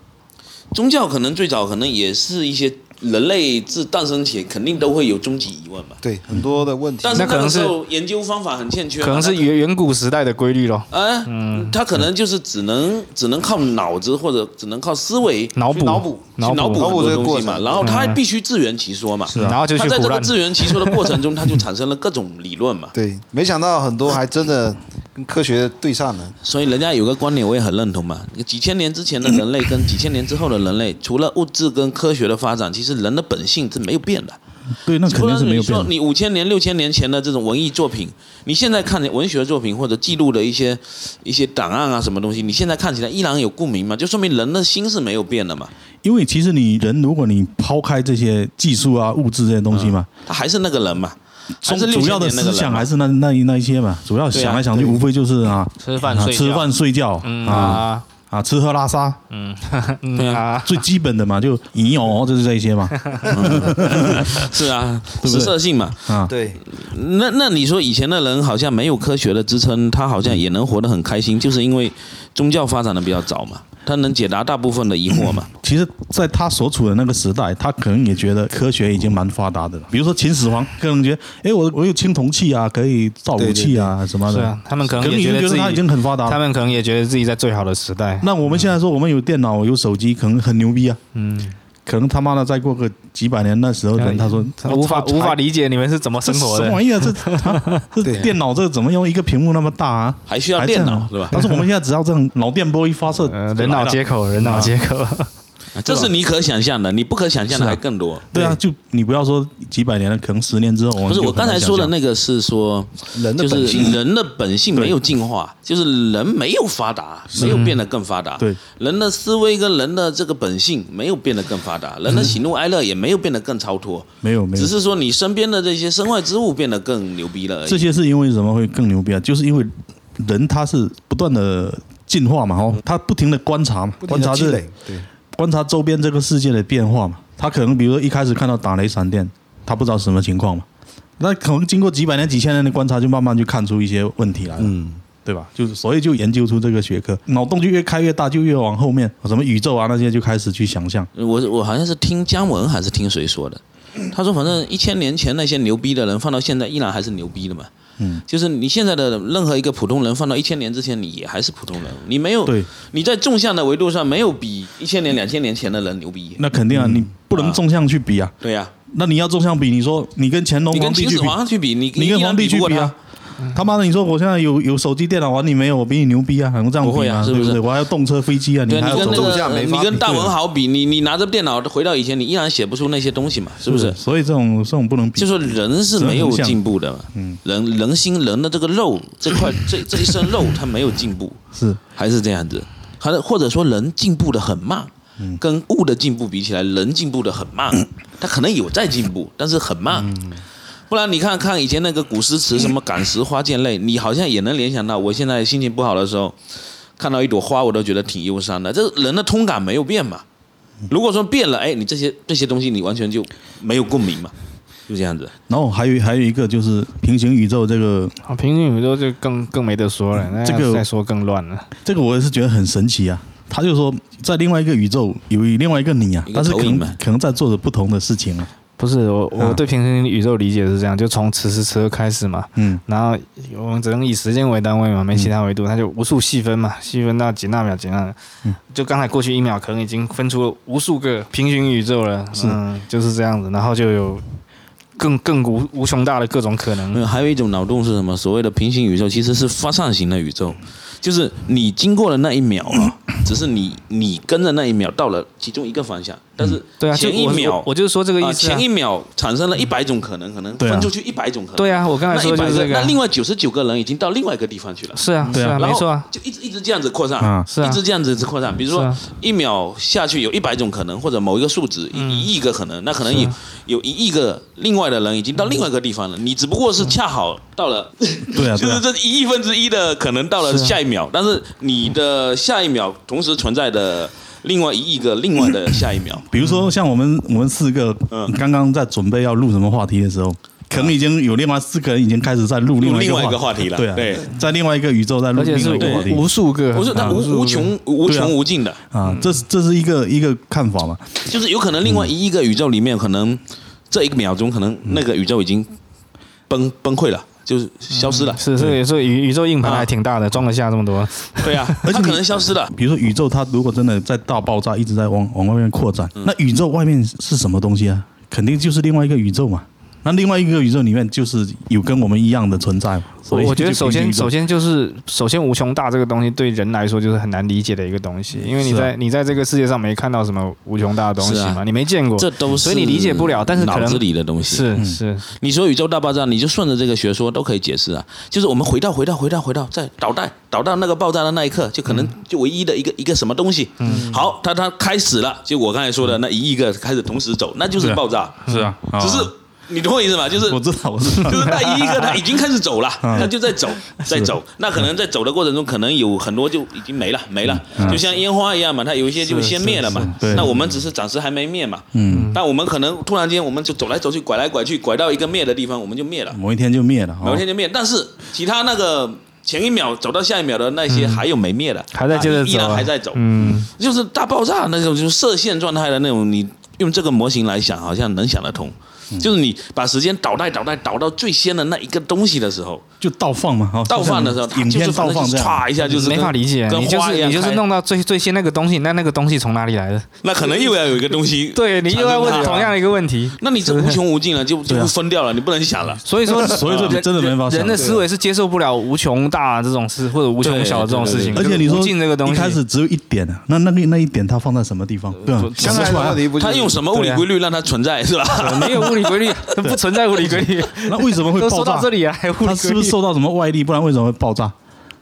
宗教可能最早可能也是一些人类自诞生前肯定都会有终极疑问吧，
对很多的问题，
但是
那可
那个
能是
时候研究方法很欠缺嘛，
可能是
那
远远古时代的规律咯，
哎，
嗯
他可能就是只能只能靠脑子或者只能靠思维去
脑补
脑补
脑
脑补
补，嗯
很多
这个
东
过
西嘛，
程
然后他还必须自圆其说嘛。
啊
然后就
他
去
在这
胡
个
乱。
自圆其说的过程中，他就产生了各种理论嘛。
对，没想到 很多还真的跟科学对上了，
所以人家有个观点我也很认同嘛，几千年之前的人类跟几千年之后的人类，除了物质跟科学的发展，其实人的本性是没有变的。
对， 那肯
不
定
然
是没有变
你说
的。
你五千年、六千年前的这种文艺作品，你现在看文学作品或者记录的一些一些档案啊什么东西，你现在看起来依然有共鸣嘛，就说明人的心是没有变的嘛，
因为其实你人，如果你抛开这些技术啊、物质这些东西嘛，
他还是那个人嘛，嗯还
中
是
主要
6000
的
年那个
思
人
想
嘛
还是那那那一些嘛，主要
对啊
想来想去，无非就是啊，
吃饭
啊
睡觉
吃饭睡觉
嗯
啊
啊，
啊，吃喝拉撒，
嗯
对
嗯
啊
啊，
最基本的嘛，就饮用哦，就是这一些嘛
是啊，
对不
是
对
色性嘛。
啊。
对，
那那你说以前的人好像没有科学的支撑，他好像也能活得很开心，就是因为宗教发展的比较早嘛，他能解答大部分的疑惑 嘛。
其实，在他所处的那个时代，他可能也觉得科学已经蛮发达的了。比如说秦始皇，可能觉得，哎，我我有青铜器啊，可以造武器啊什么
是
的。
啊，他们可
可
能
能
也
已
觉
经
得
觉
自
得
己
他已经很发达了
他。们可能也觉得自己在最好的时代。
那我们现在说我们有电脑有手机，可能很牛逼啊。
嗯，
可能他妈的再过个几百年，那时候人他
哎
说
他无法无法理解你们是怎么
这
生
什
活
么
的。
玩意儿？这啊这
对
电脑这怎么用一个屏幕那么大啊？
还需要
还
电
这样
脑
啊
是吧
但是我们现在只要这样脑电波一发射，
呃，
就
人
来
脑
了
接口，人脑接口，
这是你可想象的，你不可想象的
是
还
啊
更多。
对啊，就你不要说几百年了，可能十年之后，
不
们
是
就
我
很
刚
难
才说的
想象
那个是说，
人的
就
本
是
性
人的本性没有进化，就是人没有发达，没有变得更发达。
对，
人的思维跟人的这个本性没有变得更发达，人的喜怒哀乐也没有变得更超脱，
没有没有
只，是说你身边的这些身外之物变得更牛逼了而
这
已。
些是因为什么会更牛逼啊？就是因为人他是不断的进化嘛，哦，他不停的观察嘛，
嗯不
观
停
察
地积
这
累，对，
观察周边这个世界的变化嘛。他可能比如说一开始看到打雷闪电，他不知道什么情况嘛，那可能经过几百年、几千年的观察，就慢慢就看出一些问题来了。
嗯。
对吧？就是所以就研究出这个学科，脑洞就越开越大，就越往后面什么宇宙啊那些就开始去想象。
我我好像是听姜文还是听谁说的，他说反正一千年前那些牛逼的人放到现在依然还是牛逼的嘛。
嗯，
就是你现在的任何一个普通人放到一千年之前，你也还是普通人，你没有
对，
你在纵向的维度上没有比一千年、两千年前的人牛逼。
嗯
嗯
那肯定啊，你不能纵向去比啊。
对呀、
那你要纵向比，你说你跟乾隆
你
皇
跟
帝
秦
去
始
比，
皇去比，你
你跟
依然
皇帝
比
去
不过
比
他嗯
啊。。他妈的！你说我现在有有手机、电脑玩，啊你没有，我比你牛逼啊！能够这样
不
比
会啊
吗？
是
对
不是
对？我还要动车、飞机啊！
对
还
啊，
要
你跟
走
那
走
个
一下
呃
没
你
法
跟
比
大
对啊
文豪比，你你拿着电脑回到以前，你依然写不出那些东西嘛，是不是？
所以这种这种不能比。
就是人是没有进步的嘛，人人心人的这个肉这块这这一身肉，它没有进步，
是
还是这样子，还是或者说人进步的很慢，跟物的进步比起来，人进步的很慢，他可能有在进步，但是很慢。不然你看看以前那个古诗词，什么“感时花溅泪”，你好像也能联想到。我现在心情不好的时候，看到一朵花，我都觉得挺忧伤的。这人的通感没有变嘛？如果说变了，哎，你这些这些东西你完全就没有共鸣嘛，就这样子。
然后还有还有一个就是平行宇宙这个，
啊，平行宇宙就更更没得说了，那
这个
再说更乱了。
这个我也是觉得很神奇啊。他就说在另外一个宇宙有另外一个你啊
一，个
但是
投
可
影
能
嘛
可能在做着不同的事情啊。
不是我，我
啊
对平行宇宙理解是这样，就从此时此刻开始嘛，
嗯，
然后我们只能以时间为单位嘛，没其他维度，它就无数细分嘛，细分到几纳秒、几纳秒，
嗯
就刚才过去一秒可能已经分出了无数个平行宇宙了，
是
嗯，就是这样子，然后就有更更无无穷大的各种可
没
能，
嗯
有，嗯还有一种脑洞是什么？所谓的平行宇宙其实是发散型的宇宙，就是你经过了那一秒
嗯
啊，只是你你跟着那一秒到了其中一个方向，但是
对啊，就
前一
我
秒
我我就是说这个
啊
意思、啊
前一秒产生了一百种可能，可能
对啊
分出去一百种可能，
对啊，我刚才
那
说的
一
就
百
是
个
这个啊、
那另外九十九个人已经到另外一个地方去了。
是啊，
对
是
啊
啊，
然
没
后
错啊，
就一直一直这样子扩散，
啊
是啊
一直这样子扩散。比如说、
是啊
一秒下去有一百种可能，或者某一个数值一一亿个可能，那可能有、
嗯是啊
有一亿个另外的人已经到另外一个地方了，你只不
嗯
过是恰好到了，
对啊
就是
对啊
这一亿分之一的可能到了
是啊
下一秒，但是你的下一秒同时存在的另外一亿个另外的下一秒，
比如说像我们我们四个
嗯
刚刚在准备要录什么话题的时候，可能已经有另外四个人已经开始在录
另
外
另外一
个
个话题了。
对啊，在另外一个宇宙在录
而且
另
是
外一个话题
无无数个，
不是，它
啊
无无穷无穷无尽的，
啊，这是这是一个一个看法嘛？
就是有可能另
嗯
外一亿个宇宙里面，可能这一秒钟，可能那个宇宙已经崩崩溃了，就是消失了。
是是，有时候宇宇宙硬盘
啊
还挺大的，装得下这么多。
对啊，
嗯 而且
它
你
可能消失了。
比如说宇宙，它如果真的在大爆炸一直在往往外面扩
嗯
展，那宇宙外面是什么东西啊？肯定就是另外一个宇宙嘛。那另外一个宇宙里面就是有跟我们一样的存在嘛。所以
我觉得
就
首先
平行宇宙
首先就是首先无穷大这个东西对人来说就是很难理解的一个东西，因为你
是啊
在你在这个世界上没看到什么无穷大的东西
嗯是啊
嘛，你没见过，
这都是
所以你理解不了，但是可
脑子
能
里的东西。嗯
是是
你说宇宙大爆炸，你就顺着这个学说都可以解释啊。就是我们回到回到回到回到，再导弹导到那个爆炸的那一刻，就可能
嗯
就唯一的一个一个什么东西。嗯，好，它它开始了，就我刚才说的那一亿个开始同时走，那就是
对
爆炸。
是啊，啊
只是你懂我意思吗？就是
我知道我知 道
就，是那一个他已经开始走了，他就在走，在走。那可能在走的过程中，可能有很多就已经没了，没了，就像烟花一样嘛，它有一些就先灭了嘛。
对
那我们嗯只是暂时还没灭嘛。
嗯，
但我们可能突然间，我们就走来走去，拐来拐去，拐到一个灭的地方，我们就灭了，
某一天就灭了。哦
某天就灭。但是其他那个前一秒走到下一秒的那些还有没灭的，
嗯还在接着
依
走
然
啊，
还在走。
嗯，
就是大爆炸那种，就是射线状态的那种，你用这个模型来想，好像能想得通。
嗯
就是你把时间倒带、倒带、倒到最先的那一个东西的时候，
嗯
就倒放嘛，哦
倒放的时候，
就
它
像影
就是
片倒
反正就是歘
放这样，
一下，就是
没
跟
法理解，
跟
你就
花
是
一样
你就是
开
弄到最最先那个东西，那那个东西从哪里来的？，
那可能又要有一个东西
对你又要问同样的一啊个问 题，
那你这无穷无尽 了，就就会分掉了，你不能想了。
所以说
所以说
人
真的没法想
人的思维是接受不了无穷大这种事或者无穷小的这种事情，
而且
就
你
是
说
无尽这个东
一
西
开始只有一点啊，那那个那一点它放在什么地方？对吧？
现在的问题不就
它
是
用什么物理
啊
规律让它存在是吧？
呃没有物理 规律，它不存在物理规律。
那为什么会
都
爆
说
炸
到这？里了，啊还物理
它
规
是不
律
是受到什么外力？不然为什么会爆炸？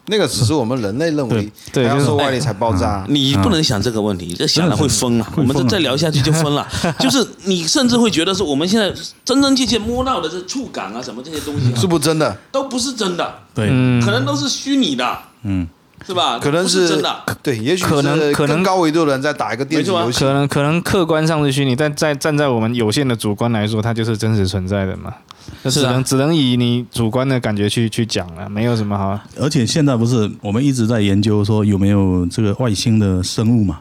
那个只是我们人类认为，
对对
还要
就是嗯
说外力才爆炸。
你
啊
不能想这个问题，这想了会疯啊！
会
我
疯啊
们这再聊下去就疯 了，就是你甚至会觉得是我们现在真真切切摸到的这触感啊，什么这些东西啊
嗯
是不是真的？
都不是真的。
对，
嗯
可能都是虚拟的，
嗯，
是吧？
可能
不
是
真的。
对，也许
可能
是
可能
更高维度的人在打一个电
没
子
错啊
游戏
可，能可能客观上是虚拟，但在站在我们有限的主观来说，它就是真实存在的嘛。那只
是啊
能只能以你主观的感觉去去讲了，没有什么好。
而且现在不是我们一直在研究说有没有这个外星的生物嘛？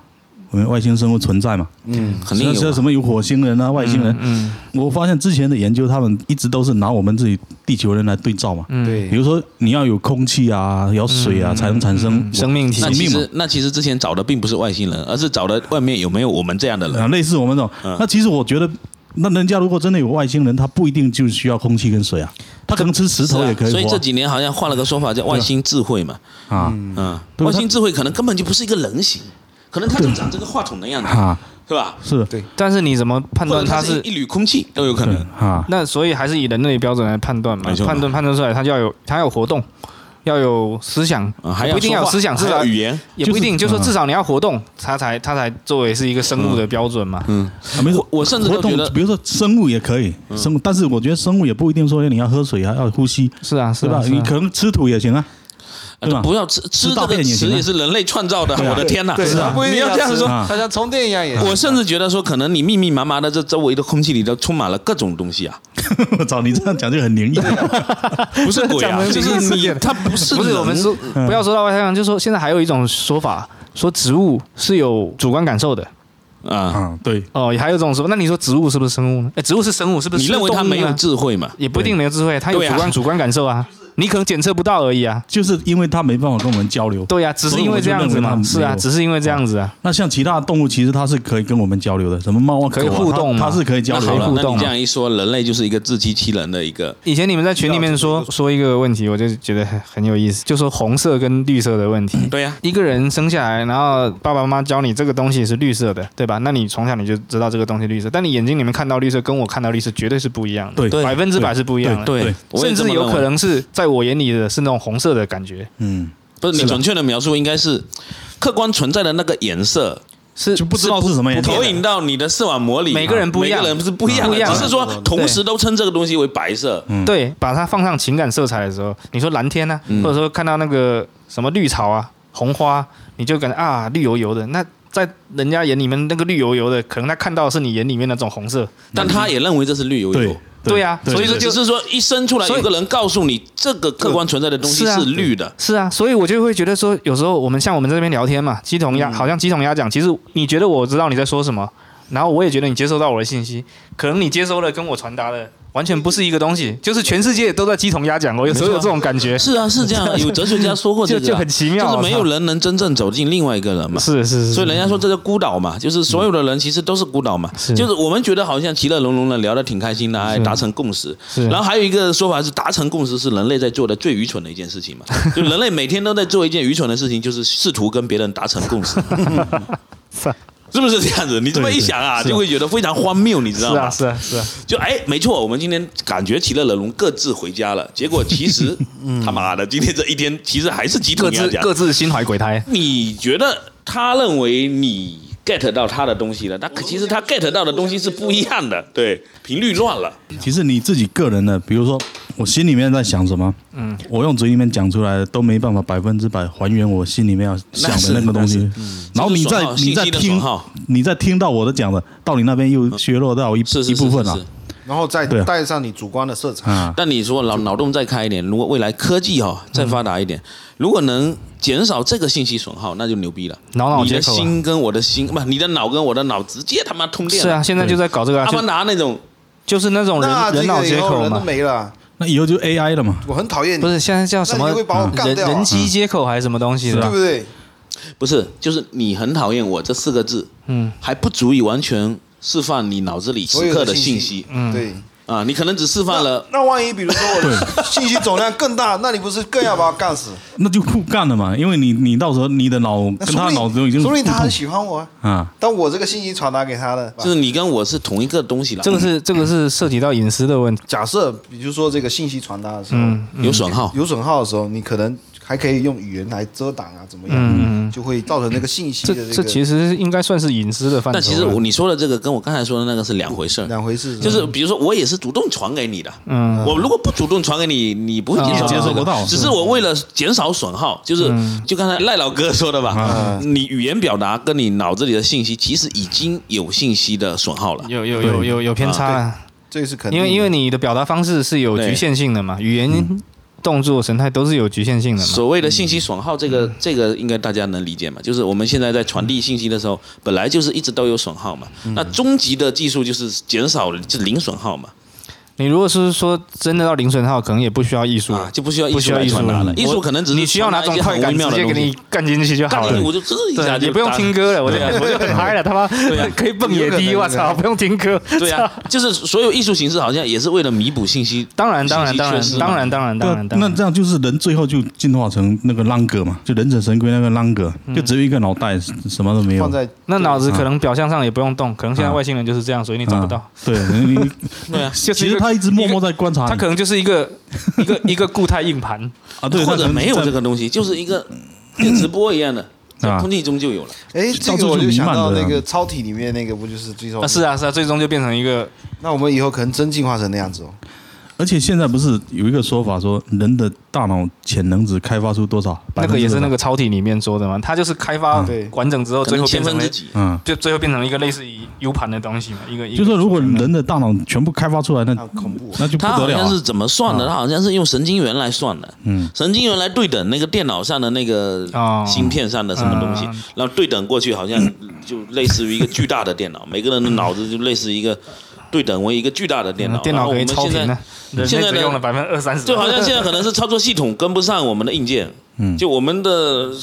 我们外星生物存在嘛？
嗯，
肯定有
像
啊
什么有火星人啊、外星人。
嗯
我发现之前的研究，他们一直都是拿我们自己地球人来对照嘛。
嗯，
对，
比如说你要有空气啊，要水啊，才能产生
嗯生命体
那
生
其
命嘛
实，那其实之
啊
前找的并不是外星人，而是找的外面有没有我们这样的人。
啊，类似我们这种。那其实我觉得那人家如果真的有外星人，他不一定就需要空气跟水啊，他可能吃石
是
头
啊
也可以活啊。
所以这几年好像换了个说法叫外星智慧嘛，
啊
嗯，
对
外
它
星智慧可能根本就不是一个人形，可能它就长这个话筒的样子，
啊
是吧？
是
对
但是你怎么判
或
断
者
它
它
是
一缕空气都有可能。
啊
那所以还是以人类标准来判断嘛
没，错
判断判断出来，它就要有它要有活动，要有思想，
啊，还
也
要
不一定
说
要有
话
思想，
还
至
要
少
语嗯言，
也不一定，
就
就是说至少你要活动，它才它才作为是一个生物的标准嘛。
嗯，
啊没错
我。我甚至
活
都
动
觉得，
比如说生物也可以，生物，但是我觉得生物也不一定说你要喝水啊，要呼吸，
是啊，是
吧？
啊，是
你
啊
可能吃土也行啊，
啊
对吧
不要吃吃
大
这
便
个
也行
词
啊
也是人类创造的，
对啊
我的天呐！
对，
是啊
不一定
你要这样
吃
说
嗯
啊
它像充电一样也。
我甚至觉得说，可能你密密麻麻的这周围的空气里都充满了各种东西啊，
我操，你这样讲就很灵异。
不是鬼啊，就是你，它不是
不是
人
我们说不要说到外太空，就说现在还有一种说法，说植物是有主观感受的
啊，
啊，对，
哦，也还有这种说法。那你说植物是不是生物呢？哎，植物是生物，是不是？
你认为它没
是动物
有
呢啊
智慧嘛？
也不一定没有智慧，它有
对啊
主观主观感受啊，你可能检测不到而已啊。
就是因为它没办法跟我们交流。
对呀、只是因为这样子嘛，
所
是
以我就认为它没
啊，
有
只是因为这样子啊。
那像其他的动物，其实它是可以跟我们交流的，什么猫啊、
可以
狗啊
互动
它
嘛
它是可以交
那
流
好了
互，
的。
那
动啊
你这样一说，人类就是一个自欺欺人的一个，
以前你们在群里面说说一个问题，我就觉得很很有意思，就说红色跟绿色的问题。
对呀，
一个人生下来，然后爸爸妈妈教你这个东西是绿色的，对吧？那你从小你就知道这个东西绿色，但你眼睛里面看到绿色，跟我看到绿色绝对是不一样的，
对对
百分之百是不一样的。
对
我
甚
也这么
至有
认为
可能是在我眼里的是那种红色的感觉，
嗯，
不是你准确的描述应该是客观存在的那个颜色。
是
就不知道是什么颜色
投影到你的视网膜里，
每个人不一样
每个人是不一样
不一
的，
样
只是说同时都称这个东西为白色，
对，把它放上情感色彩的时候，你说蓝天呢、
嗯
或者说看到那个什么绿草啊、红花啊，你就感觉啊绿油油的。那在人家眼里面那个绿油油的，可能他看到的是你眼里面那种红色。
但他也认为这是绿油油
对。，
对啊所以说
就是只是说一生出来
所以
有个人告诉你，这个客观存在的东
是
西
啊
是绿的，
是啊，所以我就会觉得说，有时候我们像我们在这边聊天嘛，鸡同
嗯
鸭好像鸡同鸭讲，其实你觉得我知道你在说什么，然后我也觉得你接收到我的信息，可能你接收的跟我传达的完全不是一个东西，就是全世界都在鸡同鸭讲，我有时候有这种感觉，
是啊，是 这样啊。有哲学家说过这
就
个
就
啊，
很奇妙，
就是没有人能真正走进另外一个人嘛。
是是是，
所以人家说这叫孤岛嘛，就是所有的人其实都是孤岛嘛，
是
就是我们觉得好像其乐融融的聊得挺开心的，哎，
是
达成共识。
啊
是
然后还有一个说法是，达成共识是人类在做的最愚蠢的一件事情嘛，就人类每天都在做一件愚蠢的事情，就是试图跟别人达成共识，
是啊
是不是这样子？你这么
对
一
对
想啊，
是啊
就会觉得非常荒谬，你知道
是啊
吗？
是啊是啊，
就哎，没错，我们今天感觉其乐融融，各自回家了。结果其实他妈的，今天这一天其实还是鸡同
各
鸭
自
讲。
各自心怀鬼胎，
你觉得他认为你 get 到他的东西了，但其实他 get 到的东西是不一样的，对，频率乱了。
其实你自己个人的，比如说我心里面在想什么，嗯，我用嘴里面讲出来的都没办法百分之百还原我心里面要想
那是
的那个东
那
西。然后你再
这是损耗
你再
信息的
听
损耗
你再听到我的讲的，到你那边又削弱到一
是是
一
是
部分
是
啊
是
然后再
对啊
带上你主观的色彩。
啊，
但你说脑脑洞再开一点，如果未来科技哈、再发达一点，如果能减少这个信息损耗，那就牛逼了。
脑脑
你
接
的
口啊
心跟我的心，不，你的脑跟我的脑直接他妈通电
是
了。
啊，现在就在搞这个、啊，
阿
就
凡达那种，
就是那种人
那
嗯
这
人脑
个以
接
后
口
人都
嘛，
没了，
那以后就 AI 了嘛，
我很讨厌你
不，是现在叫什
那
么
你会把我干
人
掉啊
人机接口还是什么东西
对
的
不？对？
不是，就是你很讨厌我这四个字，
嗯，
还不足以完全释放你脑子里
所
此
有
刻的
信
信息
嗯
对。
啊，你可能只释放了
那万一比如说我的 信息总量更大，那你不是更要把我干死？
那就互干了嘛，因为你你到时候你的脑
那
跟
说
他
不
的
定
脑子已经
说不定
互
他
通
很喜欢我啊，
啊，
但我这个信息传达给他的。
就是你跟我是同一个东西了，
这个是这个是涉及到隐私的问题，
假设比如说这个信息传达的时候，
嗯，
有损耗。
有损耗的时候，你可能还可以用语言来遮挡啊，怎么样？
嗯
就会造成那个信息
这
的
这
个
其实应该算是隐私的范畴啊了。
但其实我你说的这个跟我刚才说的那个是两回事儿，
两回事吧。
就是比如说我也是主动传给你的，
嗯，
我如果不主动传给你，你不会接受
啊
这个
接受
不到
只是我为了减少损耗，就是
嗯
就刚才赖老哥说的吧，你语言表达跟你脑子里的信息其实已经有信息的损耗了。
有有有有有偏差啊，
这个是肯定
因
的，
为因为你的表达方式是有
对嗯
局限性的嘛，语言、动作、神态都是有局限性的嘛。
所谓的信息损耗，这
嗯
个这个应该大家能理解嘛？就是我们现在在传递信息的时候，本
嗯
来就是一直都有损耗嘛。那终极的技术就是减少这零损耗嘛。
你如果是说真的到零损耗，可能也不需要艺术
啊
了，，
就不需要艺
不需
术
要
来
艺术
传达
了
了，艺术可能只是
你需要哪种
传达
快
一些很
感，
微妙
直接
的东
给
西
你干进去就好
干
了
你，。我就这一
对，
下就
也不用
打
听歌了，我就
对 啊
我就很嗨了，他妈
对啊
可以蹦野迪，我操，不用听歌。
对 呀、啊，就是所有艺术形式好像也是为了弥补信息，
当然，当然，当
信息缺失
然，
嘛
当然，当然，
对
当
啊
然，，当
那
然。
这样就是人最后就进化成那个浪哥嘛，就忍者神龟那个浪哥，就只有一个脑袋，什么都没有。
放在
那脑子可能表象上也不用动，可能现
啊
在外星人就是这样，所以你找不到
啊。。对，你你
对啊，
就
其
是一
实
个
他一直默默在观察你
它可能就是一个 一个一个固态硬 盘，
啊，对，
或
那可
者
能
没有这个东西，就是一个电磁波一样
嗯
的，在
啊
空气中就有了。
哦
哎，这
到
个
处
我
是
就
弥
想
漫
到
的
那个超体里面那个不就是最后
啊，是啊是啊，最终就变成一个
那我们以后可能真进化成那样子哦。
而且现在不是有一个说法说，人的大脑潜能只开发出多少？
那个也是那
个，
个超体里面说的嘛，它就是开发
对
完整之后，
可
最
能
后
千
变成
分
了
之几，
嗯，
就最后变成一个类似于 U 盘的东西嘛，一个一个
就说如果人的大脑全部开发出来，那
那恐怖哦，
那就不
它
得
好
了
像
啊
是怎么算的？它好像是用神经元来算的，
嗯，
神经元来对等那个电脑上的那个
哦
芯片上的什么东西
嗯，
然后对等过去，好像就类似于一个巨大的电脑，每个人的脑子就类似一个对等为一个巨大的电脑
嗯。电
然
脑
后
可
我
以
们
超
现
频
在
的，人
现
类
在
只
的
用了百分之二三十，
就好像现在可能是操作系统跟不上我们的硬件，
嗯
就我们的呃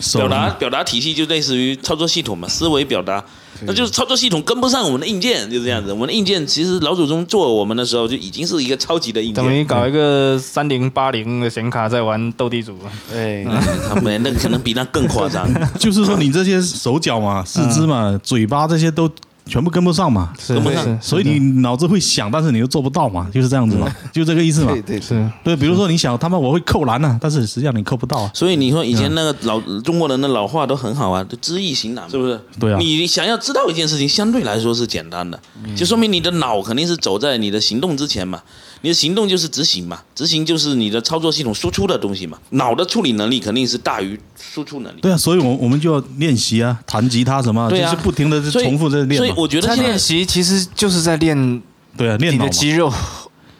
手
表达表达体系就类似于操作系统嘛，思维表达，那就是操作系统跟不上我们的硬件，就这样子。我们的硬件其实老祖宗做我们的时候就已经是一个超级的硬
等
件，
于搞一个三零八零的显卡在玩斗地主啊，
哎，
他们那可能比那更夸张。
就是说你这些手脚嘛、四肢嘛、
嗯
嘴巴这些都全部跟不上嘛，
是
跟不上
是，
所以你脑子会想，但是你又做不到嘛，就是这样子嘛，就这个意思嘛
对。对对，
是
对，比如说你想他妈我会扣篮啊，但是实际上你扣不到啊。
所以你说以前那个老中国人的老话都很好啊，就知易行难，是不是？
对啊
你想要知道一件事情，相对来说是简单的，
嗯
就说明你的脑肯定是走在你的行动之前嘛。你的行动就是执行嘛，执行就是你的操作系统输出的东西嘛。脑的处理能力肯定是大于输出能力。
对啊，所以我我们就要练习啊，弹吉他什么，
对
就
啊
是不停的
所以
重复在练
所
嘛。
以我觉得
他
现
练
在
习其实就是在练
对啊，练
你
脑
的
嘛。
肌肉，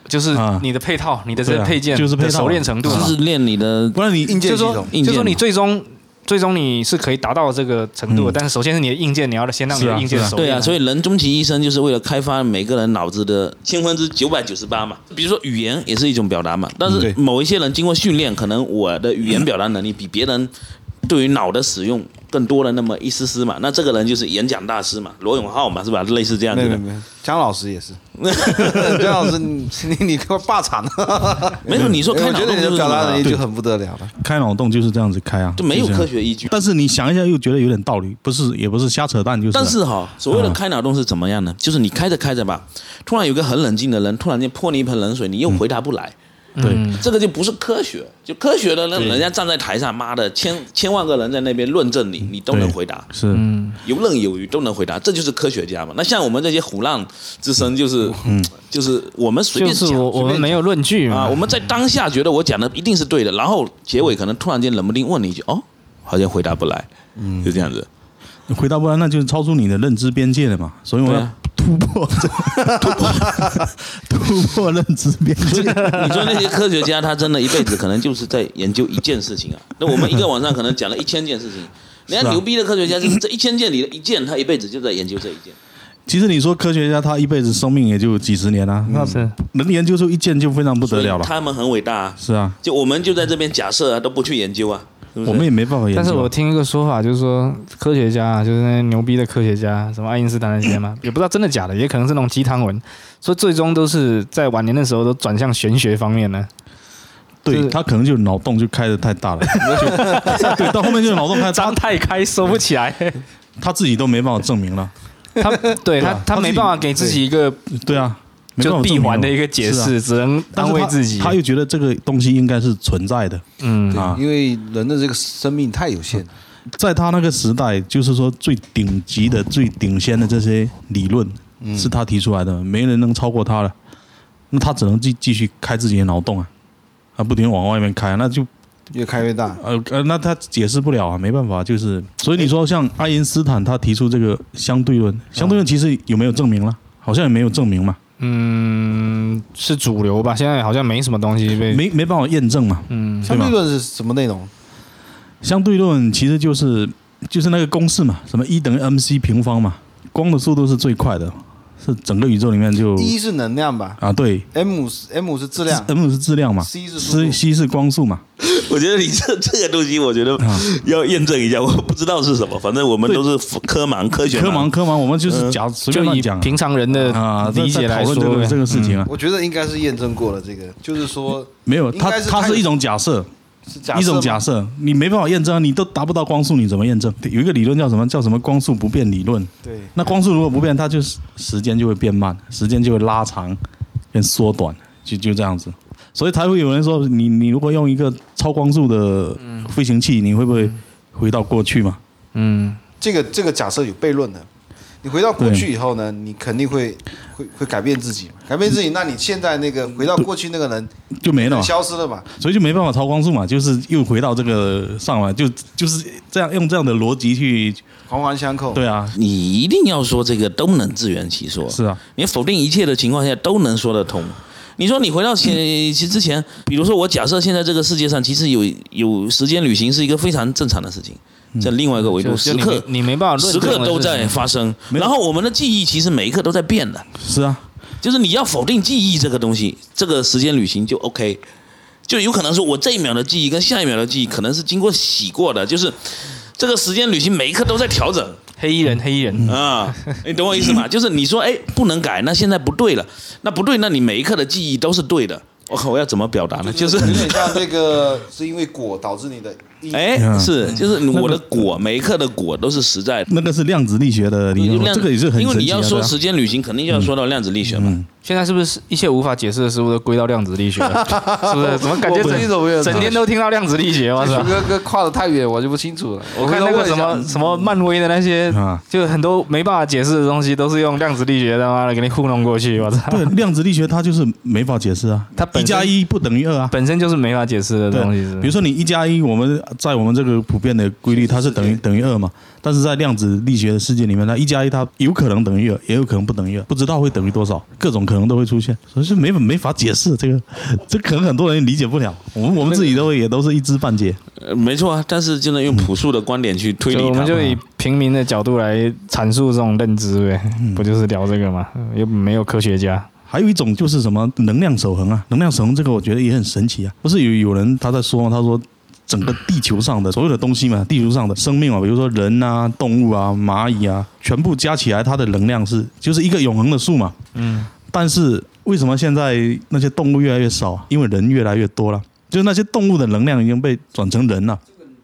就是
啊
你的配套，你的这
对
些
啊
配件
就是配
的
套
熟练程度嘛，
就是练你的
不然你
硬
就
件系
说
统，
硬件
就说你最终最终你是可以达到这个程度的，
嗯
但是首先是你的硬件，你要先让你
是
的
啊
硬件
是啊
熟
对
练
啊，
啊。
所以人终其一生就是为了开发每个人脑子的千分之九百九十八嘛。比如说语言也是一种表达嘛，但
嗯
是
对
某一些人经过训练，可能我的语言表达能力比别人对于脑的使用更多了那么一丝丝嘛。那这个人就是演讲大师嘛，罗永浩嘛，是吧？类似这样
没
子
有没有
的。
没有，姜老师也是，姜老师你你你给我霸场了，
没有，你说
我
开脑
觉得
洞
你
就
的
是
表达能力
什么啊
就很不得了了。
开脑洞就是这样子开啊，
就没有
是这样
科。学依据。
但是你想一下，又觉得有点道理，不是也不是瞎扯淡，就是。
但是哈，
嗯
所谓的开脑洞是怎么样呢？就是你开着开着吧，突然有个很冷静的人突然间泼你一盆冷
嗯
水，你又回答不来。
对，
这个就不是科学，就科学的那人家站在台上，妈的千千万个人在那边论证你，
嗯
你都能
对
回答，
是
游刃有余都能回答，这就是科学家嘛。那像我们这些虎浪之声，就是就是我们啊
嗯
随
就
便
是
讲
我我们没嗯有论据
啊，
嘛
我，们在当下觉得我讲的一定是对的，然后结尾可能突然间冷不丁问你一句，哦，好像回答不来，嗯，就这样子。
回答不然，那就是超出你的认知边界了嘛。所以我
对
要
啊
突破这突破 突破认知边界。
你说那些科学家，他真的一辈子可能就是在研究一件事情啊。那我们一个晚上可能讲了一千件事情，人
是
家
啊
牛逼的科学家就是这一千件里的一件，他一辈子就在研究这一件。
其实你说科学家他一辈子生命也就几十年啊，那
是
能研究出一件就非常不得了了。
他们很伟大、啊，
是啊，
就我们就在这边假设啊，都不去研究啊，是不是
我们也没办法研究
但
啊。
是我听一个说法，就是说科学家啊，就是那些牛逼的科学家，什么爱因斯坦那些嘛，也不知道真的假的，也可能是那种鸡汤文，说最终都是在晚年的时候都转向玄学方面呢。就
对
是
他可能就脑洞就开得太大了，就对，到后面就是脑洞开得大
张，太开收不起来，
他自己都没办法证明了。
他对
对
他
啊
他
他
没
自己
办法给自己一个
对啊，没办
就
法证
闭
明
环
了
的一个解
是啊
释，只能
但
安
是
慰
他
自己。
他又觉得这个东西应该是存在的
嗯，
啊，
因为人的这个生命太有限了，
在他那个时代，就是说最顶级的、最顶先的这些理论是他提出来的，没人能超过他了。那他只能继继续开自己的脑洞啊，啊，不停地往外面开，那就
越开越大。
呃呃，那他解释不了啊，没办法，就是所以你说像爱因斯坦他提出这个相对论，相对论其实有没有证明了？好像也没有证明嘛，
嗯，是主流吧？现在好像没什么东西被
没没办法验证嘛。
嗯
相对论是什么内容？
相对论其实就是就是那个公式嘛，什么一等于 mc 平方嘛，光的速度是最快的，是整个宇宙里面就
一是能量吧
啊，对
，m 是 m 是质量
，m 嗯是质量嘛
，c 是速
，c
度
c 是光速嘛，
我觉得你这这个东西，我觉得要验证一下，我不知道是什么。反正我们都是科盲、科学
科盲科盲，我们就是
呃
嗯
假随
就
便乱
以
讲
平常人
啊，
的
在
理解
在
来
讨
说嗯
论这个这个事情啊，
我觉得应该是验证过了，这个就是说
没有，
应
它
该是
它
它
是一种假设，
是假设
一种假
设，
设，你没办法验证啊，你都达不到光速，你怎么验证？有一个理论叫什么？叫什么光速不变理论。
对，
那光速如果不变，它就是时间就会变慢，时间就会拉长跟缩短，就就这样子。所以才会有人说，你你如果用一个超光速的飞行器，你会不会回到过去嘛？
嗯，
这个这个假设有悖论的。你回到过去以后呢，你肯定会会会改变自己嘛，改变自己，那你现在那个回到过去那个人
就没了嘛，
消失了嘛？
所以就没办法超光速嘛，就是又回到这个上来，就就是这样用这样的逻辑去，
环环相扣。
对啊，
你一定要说这个都能自圆其说，
是啊，
你否定一切的情况下都能说得通。你说你回到前
嗯
其实之前，比如说我假设现在这个世界上其实有有时间旅行是一个非常正常的事情，在另外一个维度，
嗯就
时
就你
刻
没你没办法论
时
证
刻
的
都
事情
在发生。
没有
然后我们的记忆其实每一刻都在变的，
是啊，
就是你要否定记忆这个东西，这个时间旅行就 OK，就有可能说我这一秒的记忆跟下一秒的记忆可能是经过洗过的，就是这个时间旅行每一刻都在调整。
黑衣人，黑衣人，
啊，你懂我意思 吗？就是你说，哎，不能改，那现在不对了，那不对，那你每一刻的记忆都是对的。我靠，我要怎么表达呢？就是
有，点像那个，是因为果导致你的因。
哎，
嗯
是，就是我的果，每一刻的果都是实在的。
那个是量子力学的理论嘛，
量
这个也是很
因为
神
你
奇啊
要
对
说
啊嗯
时间旅行，肯定就要说到量子力学嘛。
现在是不是一切无法解释的事物都归到量子力学 了？是不是？怎么感觉
我不知道
整
我也
整天都听到量子力学？我操！
哥哥跨的太远，我就不清楚了。
我看那个什么嗯什么漫威的那些
啊，
就很多没办法解释的东西，都是用量子力学他妈的给你糊弄过去。我操！
对，量子力学它就是没法解释啊，
它
一
本身
加一不等于二啊。
本身就是没法解释的
对
东西，是，
比如说你一加一，我们在我们这个普遍的规律，它是等于等于二嘛。但是在量子力学的世界里面，它一加一它有可能等于二，也有可能不等于二，不知道会等于多少，各种可能都会出现，所以是没没法解释这个，这可能很多人理解不了。我们我们自己都会也都是一知半解。
呃没错啊，但是就能用朴素的观点去推
就
理
我
它
们
嘛。
就以平民的角度来阐述这种认知呗，
嗯
不就是聊这个吗？又没有科学家，
还有一种就是什么能量守恒啊，能量守恒这个我觉得也很神奇啊。不是有有人他在说吗？他说整个地球上的所有的东西嘛，地球上的生命啊，比如说人啊、动物啊、蚂蚁啊，全部加起来，它的能量是就是一个永恒的数嘛。
嗯，
但是为什么现在那些动物越来越少啊？因为人越来越多了，就是那些动物的能量已经被转成人了。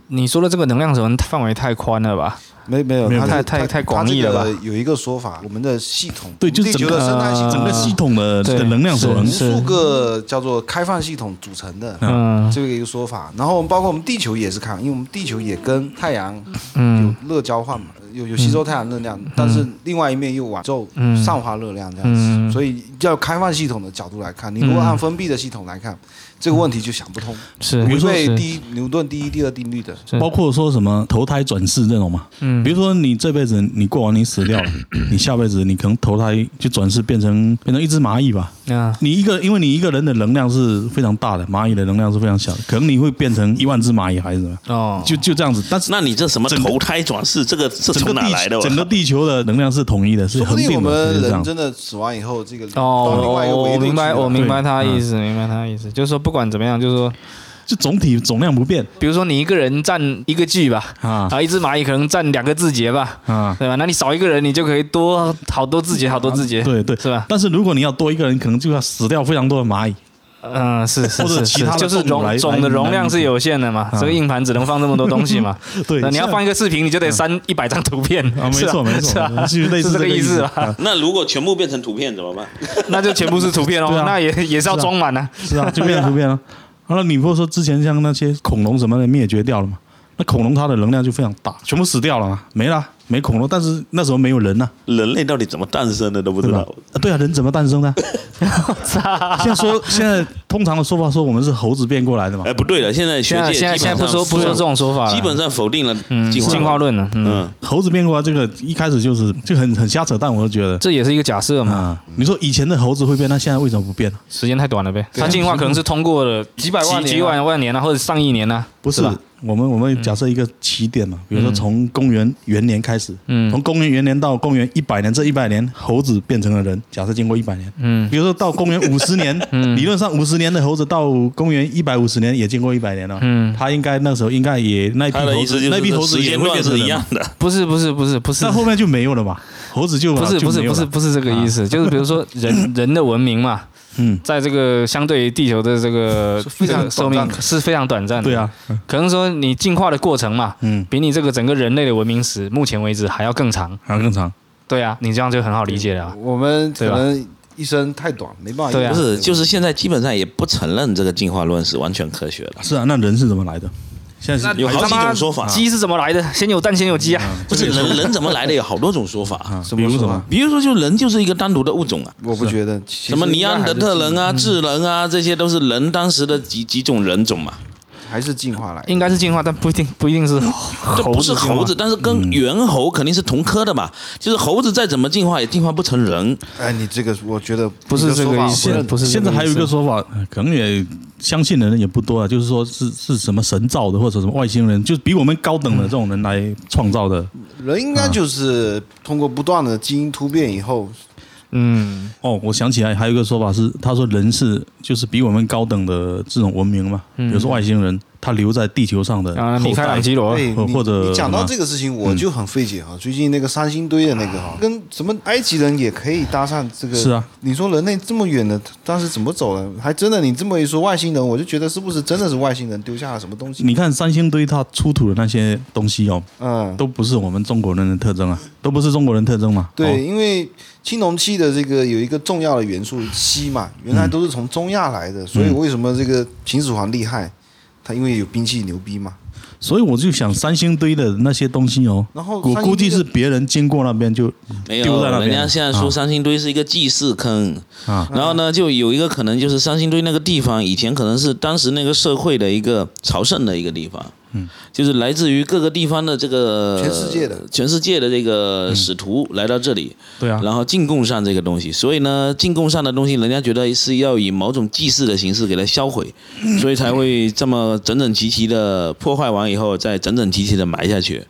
你说的这个能量守恒范围太宽了吧？
没没有
没有
它
太
是
太
它
太广义了吧
它这个有一个说法，我们的系统，
对，就是
地
整
球
个啊
的生态系
整
统
个系统的
啊对
的能量守恒
无
是
数个叫做开放系统组成的。
嗯
这个一个说法，然后我们包括我们地球也是看，因为我们地球也跟太阳有
嗯
热交换嘛，有有吸收太阳热量，但是另外一面又往宙
嗯
上化热量这样子，
嗯，
所以要开放系统的角度来看，你如果按封闭的系统来看，这个问题就想不通，
是，
比
违
如说
背
是
第一牛顿第一、第二定律的。
对
包括说什么投胎转世这种嘛。
嗯
比如说你这辈子你过完你死掉了，你下辈子你可能投胎就转世变成变成一只蚂蚁吧。
啊，
你一个因为你一个人的能量是非常大的，蚂蚁的能量是非常小的，可能你会变成一万只蚂蚁还是什么，
哦，
就就这样子。但是
那你这什么投胎转世，这个是
整
从
个
哪
地
来的？我啊
整个
靠
地球的能量是统一的，是
说不
恒
定我
定的，
们
是这
人
样。
真的死亡以后，这个
哦，
到另外一个
我
维
我
度去
明白，
了
我明白
对嗯
他意思，明白他意思，就是说不管怎么样，就是说，
就总体总量不变
比如说你一个人占一个 G 吧，
啊
啊，一只蚂蚁可能占两个字节吧，
啊，
对吧？那你少一个人，你就可以多好多字节，好多字节，
对对。
是吧？
但是如果你要多一个人，可能就要死掉非常多的蚂蚁。
嗯，是是
或者
是
其
是
他，的
就是
动物来
容总的
来
容量
来啊
是有限的嘛，这个硬盘只能放这么多东西嘛。
对，
那你要
是啊
放一个视频，你就得删一百张图片
啊，没
是吧
错没
是吧
错，就类似
是这个
这个
意思
思
吧
啊
那如果全部变成图片怎么办？
那就全部是图片 哦
对，啊
那也也是要
是啊
装满啊。
是 啊，就变成图片了。然后你不是说之前像那些恐龙什么的灭绝掉了嘛？那恐龙它的能量就非常大，全部死掉了嘛，没了，没恐龙。但是那时候没有人呐、
人类到底怎么诞生的都不知
对吧
道。？
啊，对啊，人怎么诞 生的？现在说现在通常的说法说我们是猴子变过来的嘛
哎，，不对了，现在学
现在
界
现在
基
现在
本
不说
上
不说这种说法了，
基本上否定了
嗯
进
进
化
化。论了，嗯，
嗯，
猴子变过来这个一开始就是就很很瞎扯淡，我就觉得
这也是一个假设
嗯
嘛，
啊，你说以前的猴子会变，那现在为什么不变呢？
时间太短了呗。
啊
它进化可能是通过了
几百万年啊
几几万万年啊，或者上亿年啊，
不是嗯
吧？
我们我们假设一个起点嘛，比如说从公元元年开始，
嗯
从公元元年到公元一百年，这一百年猴子变成了人。假设经过一百年，
嗯，
比如说到公元五十 年，理论上五十年的猴子到公元一百五十年也经过一百年了，
嗯
他应该那时候应该也那一批
他的
猴
意
子
思就
那批猴
是
子
时
也
间
会变
段
成
是一
人
样的，
不是不是不是不是
但后面就没有了嘛，猴子就
不是不
就没
是
有
不是
了
不是这个意思，就是比如说 人人的文明嘛，
嗯，
在这个相对于地球的这个
是非常
这个寿
短
命
暂
是非常短暂的，
对，啊，
可能说你进化的过程嘛，
嗯，
比你这个整个人类的文明史目前为止还要更长，
还更长，
对啊，你这样就很好理解了啊，
我们可
对吧
能一生太短，没办法。
对啊
不是，就是现在基本上也不承认这个进化论是完全科学的。
是啊，那人是怎么来的？现在
那
是
有好几
他妈
种说法
鸡是怎么来的？先有蛋，先有鸡啊！
不是人人怎么来的？有好多种说法，
啊，
嗯
比如什么？
比如说就人就是一个单独的物种啊，
我不觉得。
什么尼安德特人
啊，
啊、智人啊，这些都是人当时的几几种人种嘛，
还是进化来的。
应该是进化，但不一定不一定是
这
猴
不
子
是
进化
猴子，，但是跟猿猴肯定是同科的嘛。就是猴子再怎么进化也进化不成人，
哎，你这个我觉得
不是这个意
你的说法
思，不是这
现在还有一
意思
个说法，呃可能也相信的人也不多啊，就是说是是什么神造的，或者什么外星人，就是比我们高等
嗯
的这种人来创造的。
不人应该就是通过不断的基因突变以后，
嗯，
哦，我想起来还有一个说法是，他说人是就是比我们高等的这种文明嘛，比如说外星人，他留在地球上的
然后嗯
后
啊米开朗
代。
基罗
哎，
啊或
你
或者
你讲
什
到
么嗯
这个事情，我就很费解啊。最近那个三星堆的那个哈，跟什么埃及人也可以搭上这个？
是啊，
你说人类这么远的，当时怎么走的？还真的，你这么一说，外星人，我就觉得是不是真的是外星人丢下了什么东西？
你看三星堆它出土的那些东西哦，
嗯，
都不是我们中国人的特征啊，都不是中国人特征嘛。
对，
哦，
因为青铜器的这个有一个重要的元素锡嘛，原
嗯
来都是从中亚来的，所以为什么这个秦始皇厉害？他因为有兵器牛逼嘛。
所以我就想三星堆的那些东西哦，
然后
我
三星
估计
堆
是
的
别人经过那边就
没
丢
有
在那。边
人家现在
啊
说三星堆是一个祭祀坑，
啊，
然后呢，就有一个可能就是三星堆那个地方，以前可能是当时那个社会的一个朝圣的一个地方，嗯，就是来自于各个地方的这个
全世界的
全世界的这个使徒来到这里，
对啊，
然后进贡上这个东西，所以呢，进贡上的东西，人家觉得是要以某种祭祀的形式给它销毁，
嗯
所以才会这么整整齐齐的破坏完以后，再整整齐齐的埋下去。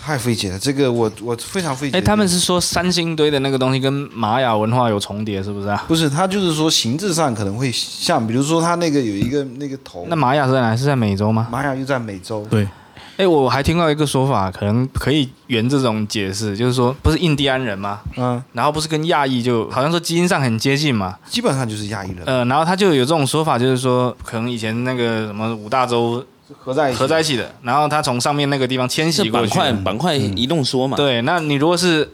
太费解了，这个我我非常费解。
哎，他们是说三星堆的那个东西跟玛雅文化有重叠，是不是啊？
不是，他就是说形制上可能会像，比如说他那个有一个那个头，
那玛雅是在哪？是在美洲吗？
玛雅又在美洲，
对，
哎，我还听到一个说法，可能可以圆这种解释，就是说不是印第安人吗？
嗯，
然后不是跟亚裔就好像说基因上很接近嘛，
基本上就是亚裔人
呃，然后他就有这种说法，就是说可能以前那个什么五大洲
合在一起
合在一起的，然后他从上面那个地方迁
是
徙
啊
过
板
去
块
的。
板块移动说嘛，
对，那你如果是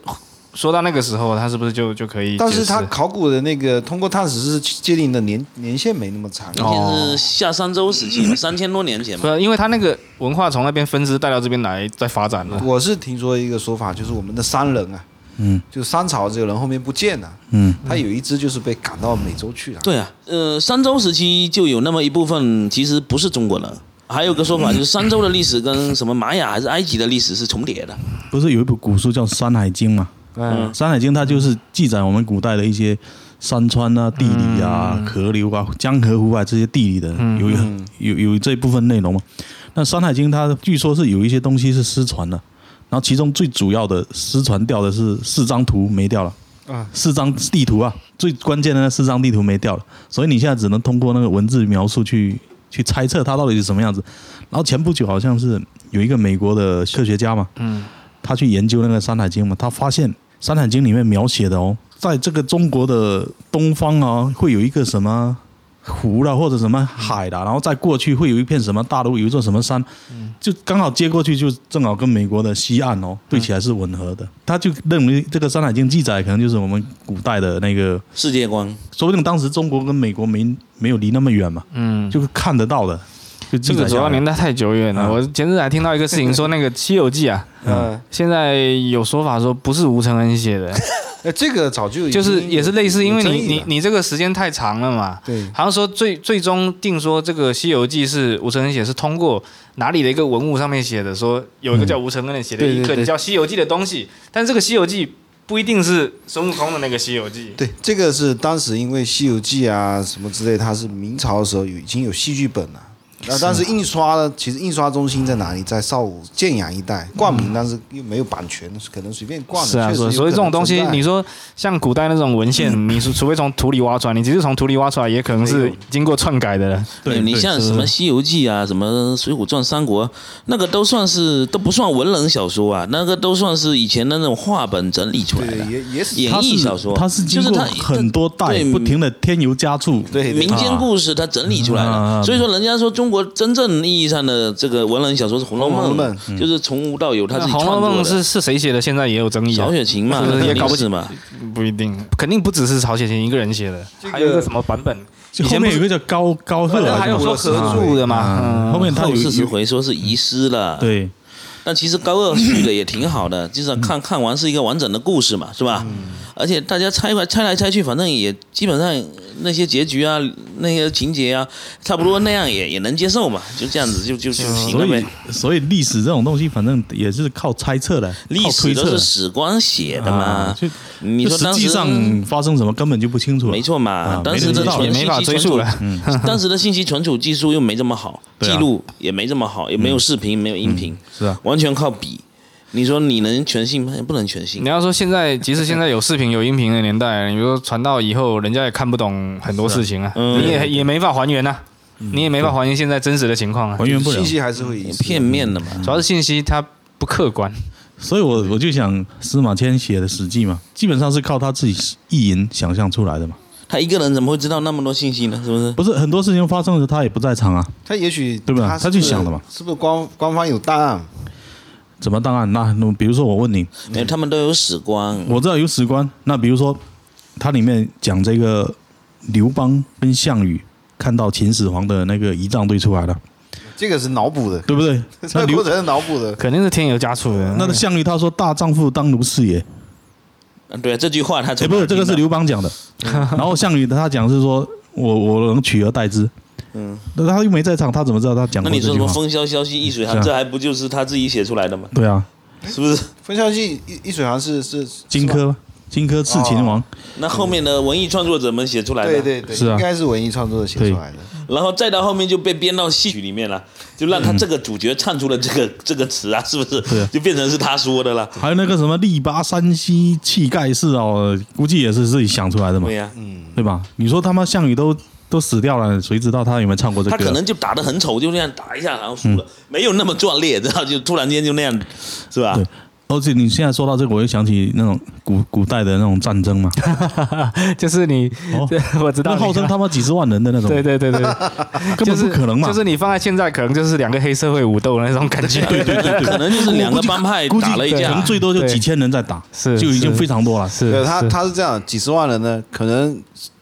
说到那个时候，他是不是就就可以解释？
但是他考古的那个通过碳史是界定的年年限没那么长，
哦
以前是夏商周时期嘛，三千多年前嘛。
不，因为他那个文化从那边分支带到这边来，再发展了。
我是听说一个说法，就是我们的商人啊，
嗯，
就商朝这个人后面不见了，
嗯，
他有一只就是被赶到美洲去了，
对啊，呃，商周时期就有那么一部分其实不是中国人。还有个说法就是商周的历史跟什么玛雅还是埃及的历史是重叠的，
不是有一部古书叫《山海经》嘛？嗯，《山海经》它就是记载我们古代的一些山川啊、地理啊、河流啊、江河湖海这些地理的，有有有这部分内容嘛。那《山海经》它据说是有一些东西是失传的，然后其中最主要的失传掉的是四张图没掉了。
啊，
四张地图啊，最关键的那四张地图没掉了，所以你现在只能通过那个文字描述去去猜测它到底是什么样子。然后前不久好像是有一个美国的科学家嘛，
嗯，
他去研究那个《山海经》嘛，他发现《山海经》里面描写的哦，在这个中国的东方啊，会有一个什么湖啦，或者什么海啦，然后再过去会有一片什么大陆，有一座什么山，就刚好接过去，就正好跟美国的西岸哦对起来是吻合的。他就认为这个《山海经》记载可能就是我们古代的那个，
世界观。
说不定当时中国跟美国没没有离那么远嘛，
嗯，
就是看得到的。就记
这
载
个主
下
要
来
年代太久远了。
嗯
我前日还听到一个事情，说那个《西游记》啊，
嗯，
现在有说法说不是吴承恩写的，
哎，这个早就已经
就是也是类似，因为
有
你
争议
你
了
你这个时间太长了嘛。
对
好像说最最终定说这个《西游记》是吴承恩写，是通过哪里的一个文物上面写的，说有一个叫吴承恩的写的
对
一
对
个
对
叫《西游记》的东西，但这个《西游记》不一定是孙悟空的那个《西游记》。
对，这个是当时因为《西游记》啊什么之类，它是明朝的时候有已经有戏剧本了。那但是印刷呢？其实印刷中心在哪里？在邵武建阳一带，冠名，但是又没有版权，可能随便冠的。
是啊，
确实
是
有
啊所以这种东西
可，能存在
你说像古代那种文献，你除除非从土里挖出来，你即使从土里挖出来，也可能是经过篡改的了。
对，
你
对
像
是
什么《西游记》啊，什么《水浒传》《三国》，那个都算是都不算文人小说啊，那个都算是以前的那种话本整理出来的
对，也也是
演
它是
绎小说，
它是
就
经
是
过
它
很多代
对
不停的添油加醋，
对对
民间故事它整理出来
啊
了，所以说人家说中国真正意义上的这个文人小说是《红楼
红楼
梦
梦》，
就是从无到有，他
那
自己
红
创
楼
作
梦》
的
是。是谁写的？现在也有争议啊
曹。雪芹嘛
是，不是也搞不
清嘛，
不一定，肯定不只是曹雪芹一个人写的，还有一个什么版本，
就
以
后
前不
面
是
有一个叫高高啊贺
反正
来着嘛，
还有说合著的嘛。嗯
后面他有
后四十
有
回说是遗失了，
对嗯
但其实高二续的也挺好的，至少看看完是一个完整的故事嘛，是吧？而且大家猜来猜来猜去，反正也基本上那些结局啊、那些情节啊，差不多那样也也能接受嘛，就这样子就就就行
嗯所
了
以
呗。
所以历史这种东西，反正也是靠猜测的，
历
靠
史
推
都
测
是史官写的
啊
嘛，，
就
你
就
说
实
当
际
时嗯
上发生什么根本就不清楚了，
没错嘛
啊，
当时
没人
的
知道
也
传
没法
信息
追溯
存储
了，
当时的信息存储技术又没这么好，
嗯 对啊嗯
记录也没这么好，也没有视频，没有音频，
是啊，
完全靠比。你说你能全信吗？也不能全 信
你。要说现在，即使现在有视频、有音频的年代，你比如说传到以后，人家也看不懂很多事情啊，
嗯
你也也没法还原呐、
嗯
你也没法还原现在真实的情况啊
还。原不了
信。息还是会遗失
片面的嘛。
主要是信息它不客观，
所以我我就想，司马迁写的《史记》嘛，基本上是靠他自己意淫想象出来的嘛，
他一个人怎么会知道那么多信息呢？是不是？
不是很多事情发生的时候他也不在场啊，
他也许
对吧
他是
他
不是
去想的嘛，
是不是官官方有档案？
怎么档案？那那比如说我问你，
没有，哎他们都有史官。
我知道有史官，那比如说它里面讲这个刘邦跟项羽看到秦始皇的那个仪仗队出来了，
这个是脑补的，？
对不对
这
那
个
刘
过程是脑补的。
肯定是添油加醋的。
那个项羽他说大丈夫当如是也，
啊对这句话他
哎，
怎么
不是，这个是
听
刘邦讲的。嗯然后项羽他讲是说我我能取而代之，嗯，那他又没在场，他怎么知道他讲
到那
过
你
这
说什
句
么
话？
风萧萧兮易水
是
寒，
啊
这还不就是他自己写出来的吗？
对啊，
是不是？
风萧记一一水寒是是
荆，
是吧
轲，荆轲刺秦王，
那后面的文艺创作者们写出来的，
对对对，
是啊
应该是文艺创作者写
对
出来的。
然后再到后面就被编到戏曲里面了，就让他这个主角唱出了这个、这个词啊，是不是？
对啊
就变成是他说的了。
还有那个什么力拔山兮气盖世哦，估计也是自己想出来的嘛
对，呀、
对吧？你说他妈项羽都都死掉了，谁知道他有没有唱过这
他
歌？
可能就打得很丑，就那样打一下，然后输了，没有那么壮烈，然后就突然间就那样，是吧？
对而且你现在说到这个，我又想起那种古古代的那种战争嘛，
就是你，
哦
我知道
那
你看，
号称他妈几十万人的那种，
对对对对，
根
就
本
是
不可能嘛。
就是你放在现在，可能就是两个黑社会武斗那种感觉。
对对 对，可能就是两个帮派
估计
打了一
可能
架，
最多就几千人在打，
是
就已经
是
非常多了。
是
对他，
是
他是这样，几十万人呢，可能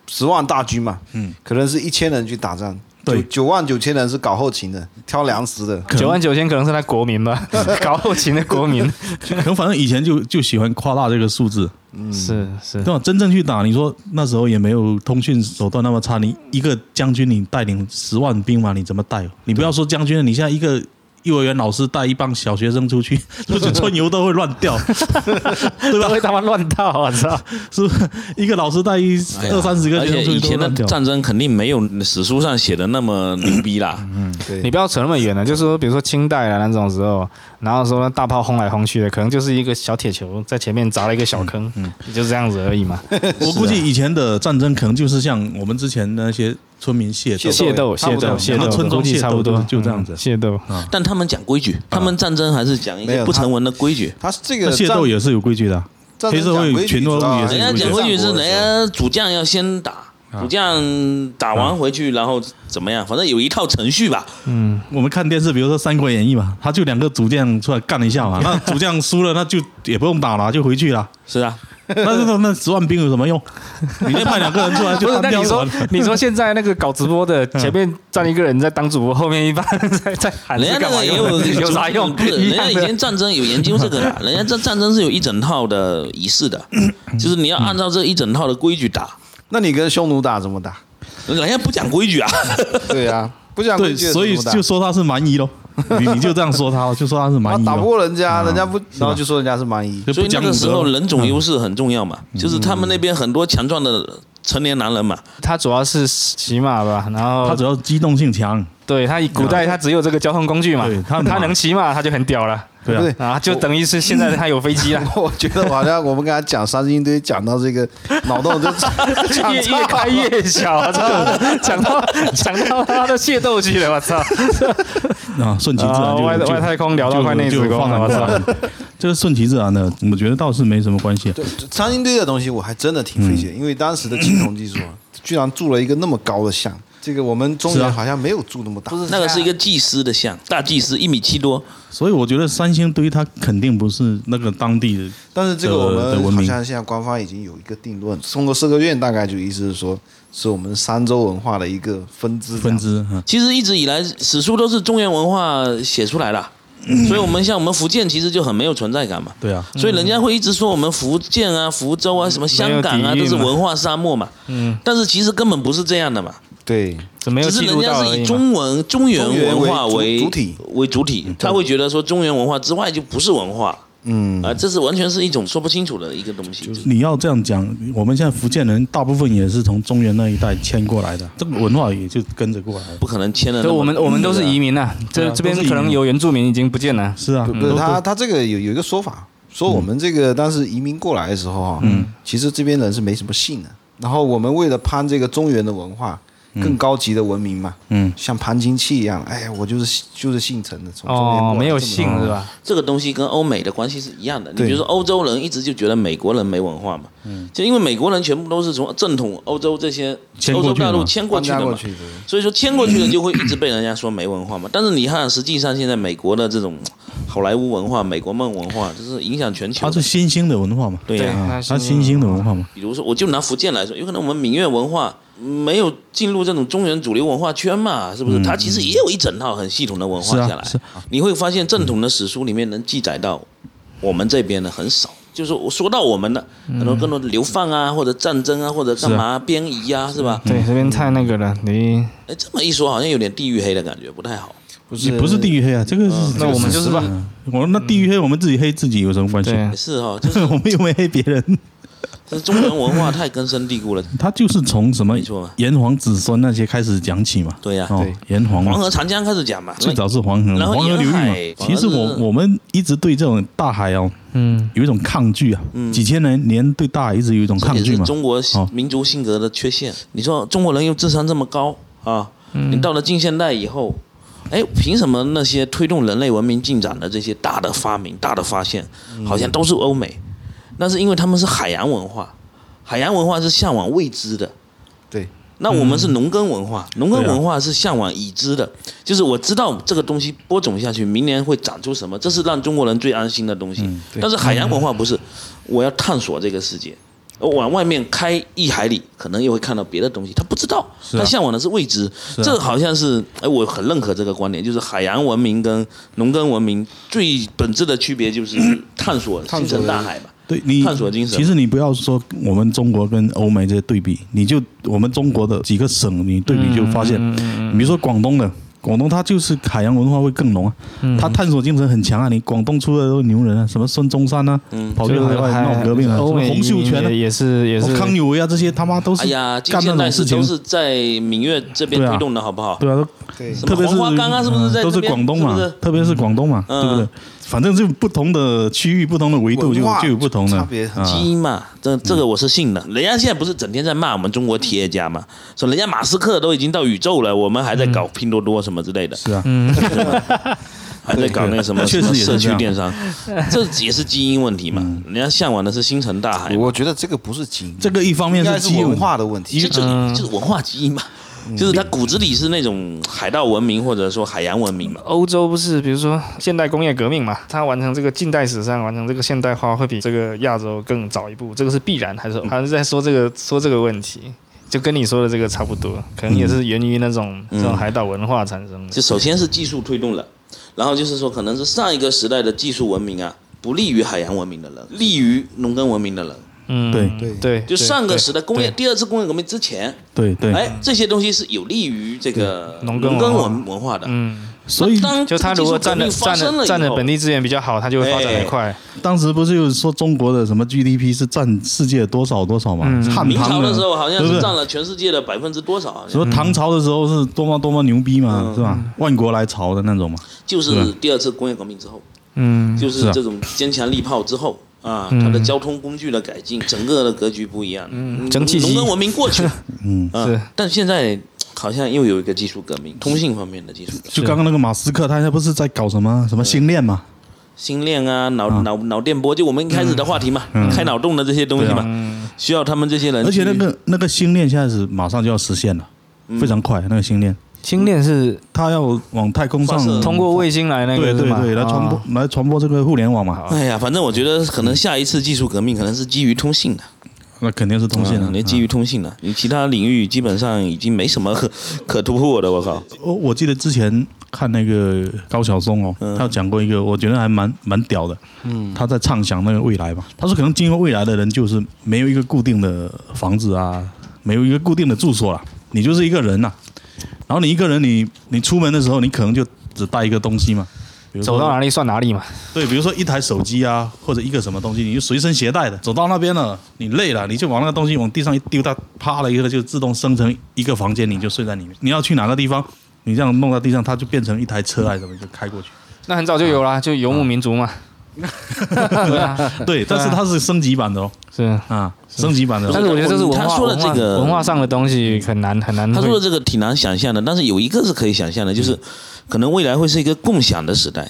十万大军嘛，嗯，可能是一千人去打仗，
对
九九万九千人是搞后勤的，挑粮食的，
九万九千可能是他国民吧， 搞后勤的国民。
可能反正以前就就喜欢夸大这个数字，
是是
嗯 对吧？真正去打，你说那时候也没有通讯手段那么差，你一个将军你带领十万兵马，你怎么带？你不要说将军了，你现在一个。幼儿园老师带一帮小学生出去，出去春游都会乱掉，对
都
吧？
会他妈乱套，啊我操！
是不是？一个老师带一
哎呀
二三十个
而
学
且
生出
以
去都
前的
乱掉。
战争肯定没有史书上写的那么牛逼啦。
对，
你不要扯那么远了，就是说，比如说清代啊那种时候，然后说大炮轰来轰去的，可能就是一个小铁球在前面砸了一个小坑，
嗯
就这样子而已 嘛。
我估计以前的战争可能就是像我们之前那些村民械斗，
械斗、械
差不多
斗、械
他
斗，
们村
估
庄
计差不
械
多
斗就这样子
嗯械斗，
但他们讲规矩，他们战争还是讲一
没
些
有
不成文的规矩。
他是这
那
个
械斗也是有规矩的啊。
战战争
黑社会
讲规矩
群落
主要
物也
还
是
人家
有规矩
哎讲规矩是人
战
家主将要先打，主将打完回去，然后怎么样？反正有一套程序吧。
嗯，
我们看电视，比如说《三国演义》嘛，他就两个主将出来干一 下嘛，那主将输了，那就也不用打了，就回去了。
是啊，
那那那十万兵有什么用？你就派两个人出来
不，
就是单
那
挑
你
就
说
完了。
你说现在那个搞直播的，
嗯
前面站一个人在当主播，后面一般人在在喊
人
哎是
家那
干嘛
个也
用
有
的？ 有啥用？
不是，
一
人家
样
以
的
前战争有研究这个的，人家这战争是有一整套的仪式的，就是你要按照这一整套的规矩打。
那你跟匈奴打怎么打？
人家不讲规矩啊，
对啊，不讲规
对，
矩的
所以
怎么打
就说他是蛮夷喽，你你就这样说他，就说他是蛮夷
啊
咯。
打不过人家，人家不，
是吧
然后就 说人家是蛮夷，
就
所
不
以那
讲武
个时
德
候
了
人种优势很重要嘛，就是他们那边很多强壮的成年男人嘛，
他主要是骑马吧，然后
它主要机动性强，
对他以古代他只有这个交通工具嘛
对，他
他能骑马他就很屌了
对啊
对，
啊，就等于是现在他有飞机了，
我觉得好像我们跟他讲三星堆，讲到这个脑洞就 讲
越
岔
越开越小，我操，讲到讲到他的械斗去了，我操，
啊，顺其自然
啊
就
外
就
外太空聊到
就
快内
就
子宫
放
了，我
在那
操，
里 这个顺其自然的，我觉得倒是没什么关系。
对，三星堆的东西我还真的挺费解，
嗯
因为当时的青铜技术 啊，居然铸了一个那么高的像，这个我们中
是啊
原好像没有铸那么大。
那个是一个祭司的像，大祭司一米七多，
所以我觉得三星堆它肯定不是那个当地的，
但是这个
的
我
的呃文
们好
明
像现在官方已经有一个定论，中国社科院大概就意思是说，是我们商周文化的一个分支。
分，支啊，
其实一直以来史书都是中原文化写出来的，所以我们像我们福建其实就很没有存在感嘛。
对啊，
所以人家会一直说我们福建啊、福州啊、什么香港啊，
没有底蕴
都
嘛
是文化沙漠嘛。
嗯，
但是其实根本不是这样的嘛，
对，
怎么没有
只是
记
人
录
家
到
是
而
以
已嘛。
中文中原文化
中原为
为
主主体
为主体，他会觉得说中原文化之外就不是文化
嗯，
啊，这是完全是一种说不清楚的一个东西。
你要这样讲，我们现在福建人大部分也是从中原那一带迁过来的，这个文化也就跟着过来了。
不可能签了那
对，
么。
我们我们都是移民呐、
对
这
啊
这边
都是移民
可能有原住民已经不见了。
是啊，
不
都
是
都
他他这个有有一个说法，说我们这个当时移民过来的时候啊，
嗯，
其实这边人是没什么姓的，然后我们为了攀这个中原的文化。更高级的文明嘛，
嗯，
像攀金器一样，哎呀，我就是就是姓陈的，从中原过
哦
来，
没有
这么
姓
多
是吧？
这个东西跟欧美的关系是一样的。你
对嗯
比如说欧洲人一直就觉得美国人没文化嘛，就因为美国人全部都是从正统欧洲这些
迁
欧
过
洲
去的
大
嘛
陆迁过去
搬
的
家过
嘛，
去的，
所以说迁过去的就会一直被人家说没文化嘛。但是你看，实际上现在美国的这种好莱坞文化、美国梦文化，就是影响全球
它
的
是。新兴的文化嘛，
对呀、
啊，
它
它
新
新
兴
兴
的
的
文
文化嘛，
比如说我就拿福建来说，有可能我们闽粤文化没有进入这种中原主流文化圈嘛，是不是？它其实也有一整套很系统的文化
嗯是啊
下来。
是
你会发现正统的史书里面能记载到我们这边的很少。就是我说到我们的
嗯
很多更多的流放啊，或者战争啊，或者干嘛编移啊，是吧？
对，这边太那个了，你
哎，这么一说好像有点地域黑的感觉，不太好。
不
也不是地域黑啊，这个是
嗯那我们
这
就
个
是吧
事实啊我们那地域黑，我们自己黑自己有什么关系？
对
也是哈、哦，就是
我们又没黑别 人，
这中原文化太根深蒂固了。
他就是从什么
没错
炎黄子孙那些开始讲起嘛。
啊对呀
哦
对，
炎黄嘛
黄，河长江开始讲嘛，
最早是黄河嘛，
然后
黄河流域
沿
嘛
海。
其实
黄河
我
是嗯
我们一直对这种大海哦，
嗯，
有一种抗拒啊，
嗯
几千年年对大海一直有一种
这
抗
也
拒
是
嘛。
中国
哦
民族性格的缺陷。你说中国人又智商这么高啊，
嗯
你到了近现代以后，哎，凭什么那些推动人类文明进展的这些大的发明、大的发现，
嗯
好像都是欧美？那是因为他们是海洋文化，海洋文化是向往未知的。
对，
那我们是农耕文化，农耕
嗯对啊
文化是向往已知的，就是我知道这个东西播种下去，明年会长出什么，这是让中国人最安心的东西。
嗯
但是海洋文化不是，我要探索这个世界，我往外面开一海里，可能又会看到别的东西，他不知道，
啊
他向往的是未知。
啊
这好像是，哎，我很认可这个观点，就是海洋文明跟农耕文明最本质的区别 就是探索
探
星
索
辰
的
大海吧。
对你
探索精神
其实你不要说我们中国跟欧美这些对比，你就我们中国的几个省，你
嗯
对比就发现，比如说广东的，广东它就是海洋文化会更浓啊，
嗯
它探索精神很强啊。你广东出的都是牛人啊，什么孙中山啊，
嗯
跑去
就是
海外闹革命啊，什
欧
么
美
洪秀全啊
也，也是也
哦
是
康有为啊，这些他妈都是
哎呀，近
干那
现代
种
是
事情
都，是在闽粤这边
对啊
推动的，好不好？
对啊，都
对，
什么
特别是
黄花岗啊是不是在
嗯都是
这边
广东
是
嘛
不是，
特别是广东嘛，
嗯
对不对？反正就不同的区域、不同的维度就
文化
就有不同的
差别很
啊
基因嘛，这这
嗯
个我是信的。人家现在不是整天在骂我们中国企业家嘛，说人家马斯克都已经到宇宙了，我们还在搞拼多多什么之类的，
嗯是啊，
还在搞那个什么
确
什
实
么
也是
社
这
区
样嗯
电 商，这也是基因问题嘛。人家向往的是星辰大海嘛，
我觉得这个不是基因，
这个一方面
应
是
该是
基因
文化的问
其
题
实。这
嗯
就是文化基因嘛，
嗯
就是他骨子里是那种海盗文明或者说海洋文明嘛。
欧洲不是，比如说现代工业革命嘛，它完成这个近代史上完成这个现代化，会比这个亚洲更早一步，这个是必然，还
嗯
是还是在说这个说这个问题，就跟你说的这个差不多，可能也是源于那种、
嗯
这种海岛文化产生的
就。首先是技术推动了，然后就是说可能是上一个时代的技术文明啊，不利于海洋文明的人，利于农耕文明的人。
嗯，
对
对
对，对
就上个
对
时代工业
对
第二次工业革命之前，哎
对对，
哎，这些东西是有利于这个
农耕
耕
文化
文文化的。
嗯，
所以
当
就他如果占的占的占的本
地
地资源比较好，他就会发展
哎
得快。
当时不是有说中国的什么 GDP 是占世界多少多少嘛？
嗯
汉
明
唐
朝的时候好像
对不
是
对
占了全世界的百分之多少啊？
说唐朝的时候是多么多么牛逼
嗯
嘛，是吧？万国来朝的那种嘛。
就是第二次工业革命之后，
嗯，
就是
啊
这种坚强力炮之后啊，它的交通工具的改进，整个的格局不一样。嗯
蒸汽机
农耕文明 过去，
嗯，
啊
是
但现在好像又有一个技术革命，通信方面的技术革命，
就刚刚那个马斯克，他现在不是在搞什么什么星链嘛？
心链啊，脑脑脑电波，就我们一开始的话题嘛，
嗯
开脑洞的这些东西嘛，需要他们这些人去。
啊而且那个那个星链现在是马上就要实现了，非常快。那个星链，
星链是
嗯它要往太空上
发射
通过卫星来那
对
个是
对
吗？
对来传播
哦
来传播这个互联网嘛，
哎呀，反正我觉得可能下一次技术革命可能是基于通信的，
那肯定是通信
啊
了。
你基于通信
嗯
的，你其他领域基本上已经没什么 可可突破的，我靠。
我我记得之前看那个高晓松哦，他有讲过一个，我觉得还蛮蛮屌的。嗯，他在畅想那个未来嘛，他说可能今后未来的人就是没有一个固定的房子啊，没有一个固定的住所啦，你就是一个人呐、然后你一个人你，你出门的时候，你可能就只带一个东西嘛，比如说
走到哪里算哪 里嘛。
对，比如说一台手机啊，或者一个什么东西，你就随身携带的。走到那边了，你累了，你就往那个东西往地上一丢，它啪了一个就自动生成一个房间，你就睡在里
嗯
面。你要去哪个地方，你这样弄到地上，它就变成一台车啊什么就开过去。
那很早就有啦，就游牧民族嘛。对啊，
对，但是它是升级版的哦，
是。
啊，升级版的、
但
哦。
是我觉得这是文化
嗯他说的这个
文化文化上的东西很难很
嗯
难会。
他说的这个挺难想象的，但是有一个是可以想象的，就是可能未来会是一个共享的时代，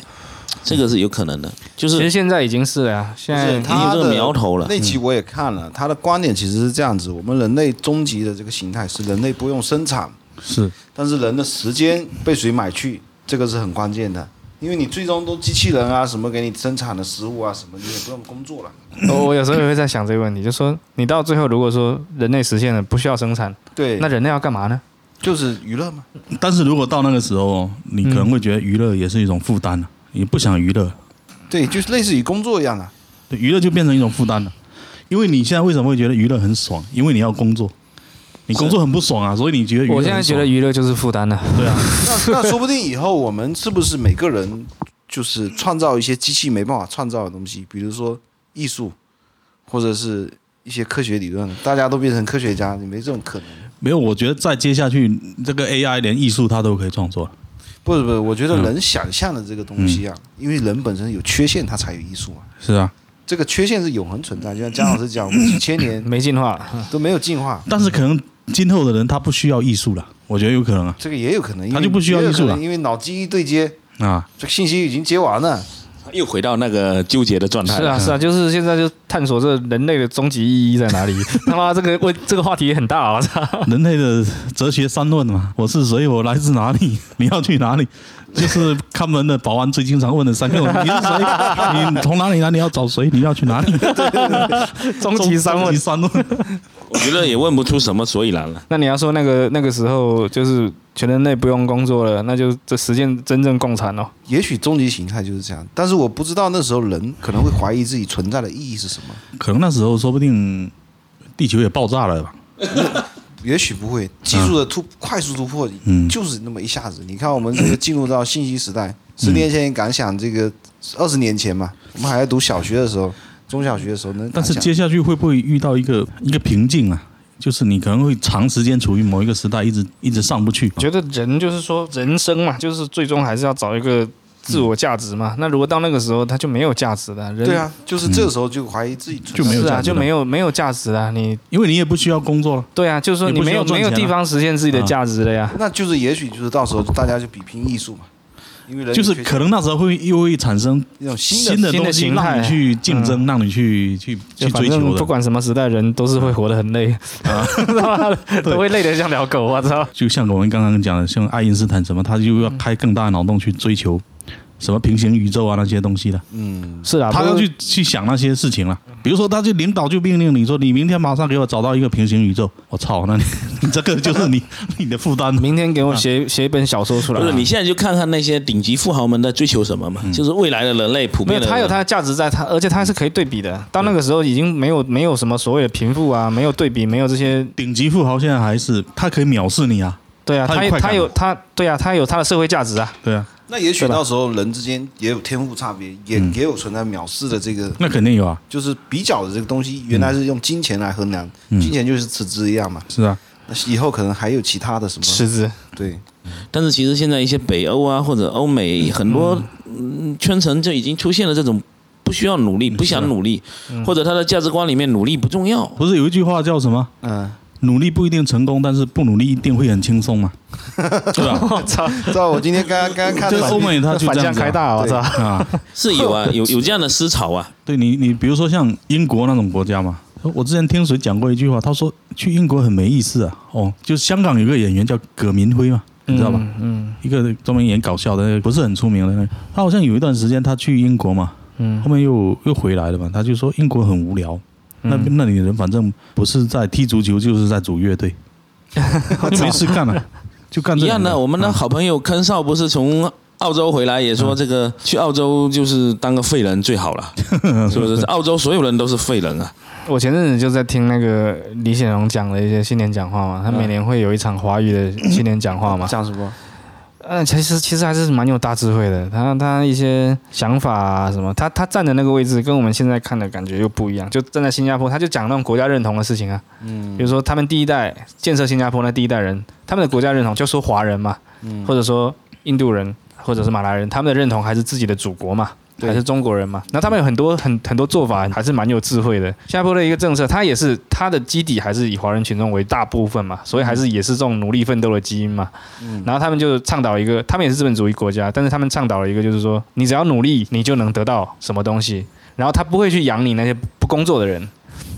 这个是有可能的。就
其实
是
现在已经是了呀，现在
不是他
哎有这个苗头了嗯
那期我也看了，他的观点其实是这样子：我们人类终极的这个形态是人类不用生产，
是
但是人的时间被谁买去，这个是很关键的。因为你最终都机器人啊，什么给你生产的食物啊，什么你也不用工作了。
我我有时候也会在想这个问题，就说你到最后如果说人类实现了不需要生产，
对，
那人类要干嘛呢？
就是娱乐嘛。
但是如果到那个时候哦，你可能会觉得娱乐也是一种负担了、你不想娱乐，
对，就是类似于工作一样啊。
对，娱乐就变成一种负担了。因为你现在为什么会觉得娱乐很爽？因为你要工作，你工作很不爽啊，所以你觉得娱乐
我
很
现在
爽
觉得娱乐就是负担了。
对啊，
那那说不定以后我们是不是每个人就是创造一些机器没办法创造的东西，比如说艺术，或者是一些科学理论，大家都变成科学家，也没这种可能。
没有，我觉得再接下去，这个 AI 连艺术它都可以创作了。
不是不是，我觉得人想象的这个东西啊，因为人本身有缺陷，它才有艺术嘛。
是啊，
这个缺陷是永恒存在，就像姜老师讲，我们几千年
没进
嗯
化，
都没有进化，
但是可能今后的人他不需要艺术了，我觉得有可能啊
这个也有可能，因为
它就不需要艺术了
也有可能因为脑机一对接，
啊，
这个信息已经接完了。
又回到那个纠结的状态
是
了。
啊是啊，就是现在就探索这人类的终极意义在哪里。 他妈这个问这个话题也很大啊！我操，
人类的哲学三论嘛，我是谁，我来自哪里， 你要去哪里，就是看门的保安最经常问的三个问题：你 是谁？你从哪里来？你要找谁？你要去哪里？
终极三
终
问
极。三问，
我觉得也问不出什么所以然了。
那你要说那个那个时候就是全人类不用工作了，那就这实现真正共产哦。
也许终极形态就是这样，但是我不知道那时候人可能会怀疑自己存在的意义是什么。
可能那时候说不定地球也爆炸了吧？
也许不会，技术的突、快速突破，
嗯
就是那么一下子。你看，我们这个进入到信息时代，十年前也敢想这个，二十年前嘛，我们还在读小学的时候、中小学的时候能
但
敢
是
想。
接下去会不会遇到一个一个瓶颈啊？就是你可能会长时间处于某一个时代，一直一直上不去。
觉得人就是说人生嘛，就是最终还是要找一个自我价值嘛。那如果到那个时候他就没有价值了，人
对啊，就是这个时候就怀疑自己存在
嗯就没有
是
价
啊，
值
就
了
没有没有价值了。你
因为你也不需要工作了。
对啊，就是说
你
你
不需
没有
要赚
没
钱
有
啊
地方实现自己的价值了呀。
那就是也许就是到时候大家就比拼艺术嘛，因为人
就是
有缺陷
可能那时候会又会产生
一种新的
新的
新
嗯东
的
西，
形态
让你去竞争，让你去去
就
去
反
追求
正不
的。
管什么时代，人都是会活得很累， 啊、都会累得像条狗，啊我操！
就像我们刚刚讲的，像爱因斯坦什么，他就要开更大的脑洞去追求什么平行宇宙啊那些东西的，
嗯，
是啊，
他要
不
去去想那些事情了。比如说，他就领导就命令你说，你明天马上给我找到一个平行宇宙。我操，那你你 这个就是你你的负担。
明天给我
啊
写写一本小说出来啊
不。是，你现在就看看那些顶级富豪们在追求什么嘛，就是未来的人类普
嗯没有，
遍的。
它有它的价值在，它而且它是可以对比的。到那个时候已经没有没有什么所谓的贫富啊，没有对比，没有这些，
顶级富豪现在还是他可以藐视你啊，
对啊，
它
它
有快感
它有它对啊，它有它的社会价值啊。
对啊，嗯
那也许
对吧
到时候人之间也有天赋差别，也、也有存在藐视的这个，
那肯定有啊，
就是比较的这个东西，原来是用金钱来衡量，
嗯
金钱就是尺子一样嘛。
是啊，
那以后可能还有其他的什么？
池子，
对，
但是其实现在一些北欧啊或者欧美很多嗯圈层就已经出现了这种不需要努力、不想努力，
嗯
或者他的价值观里面努力不重要。
不是有一句话叫什么？
嗯，
努力不一定成功，但是不努力一定会很轻松嘛，对吧？
我操，
知道我今天刚刚刚刚看
就是欧
到
美他就
反
这
向
样子
开
啊
大，我操，
啊，
是 有啊，有有这样的思潮啊。
对你，你比如说像英国那种国家嘛，我之前听谁讲过一句话，他说去英国很没意思啊。哦，就是香港有个演员叫葛民辉嘛，你知道吧？
嗯？
一个专门演搞笑的，那个不是很出名的那个。他好像有一段时间他去英国嘛，
嗯
后面又又回来了嘛，他就说英国很无聊。
嗯
那那里的人反正不是在踢足球，就是在组 乐队，就没事干了、就干
一
这
样
嗯
的，我们的好朋友康少不是从澳洲回来，也说
嗯
这个去澳洲就是当个废人最 好了，是不是？澳洲所有人都是废人啊，
我前阵子就在听那个李显龙讲的一些新年讲话
嗯
嘛，他每年会有一场华语的新年讲话嘛，
讲什么？
嗯，其实其实还是蛮有大智慧的。他他一些想法啊什么，他他站的那个位置跟我们现在看的感觉又不一样。就站在新加坡，他就讲那种国家认同的事情啊，嗯，比如说他们第一代建设新加坡那第一代人，他们的国家认同就说华人嘛，嗯，或者说印度人或者是马来人，他们的认同还是自己的祖国嘛。
对
还是中国人嘛？那他们有很多很很多做法，还是蛮有智慧的。新加坡的一个政策，它也是它的基底还是以华人群众为大部分嘛，所以还是也是这种努力奋斗的基因嘛。然后他们就倡导一个，他们也是资本主义国家，但是他们倡导了一个，就是说你只要努力，你就能得到什么东西。然后他不会去养你那些不工作的人，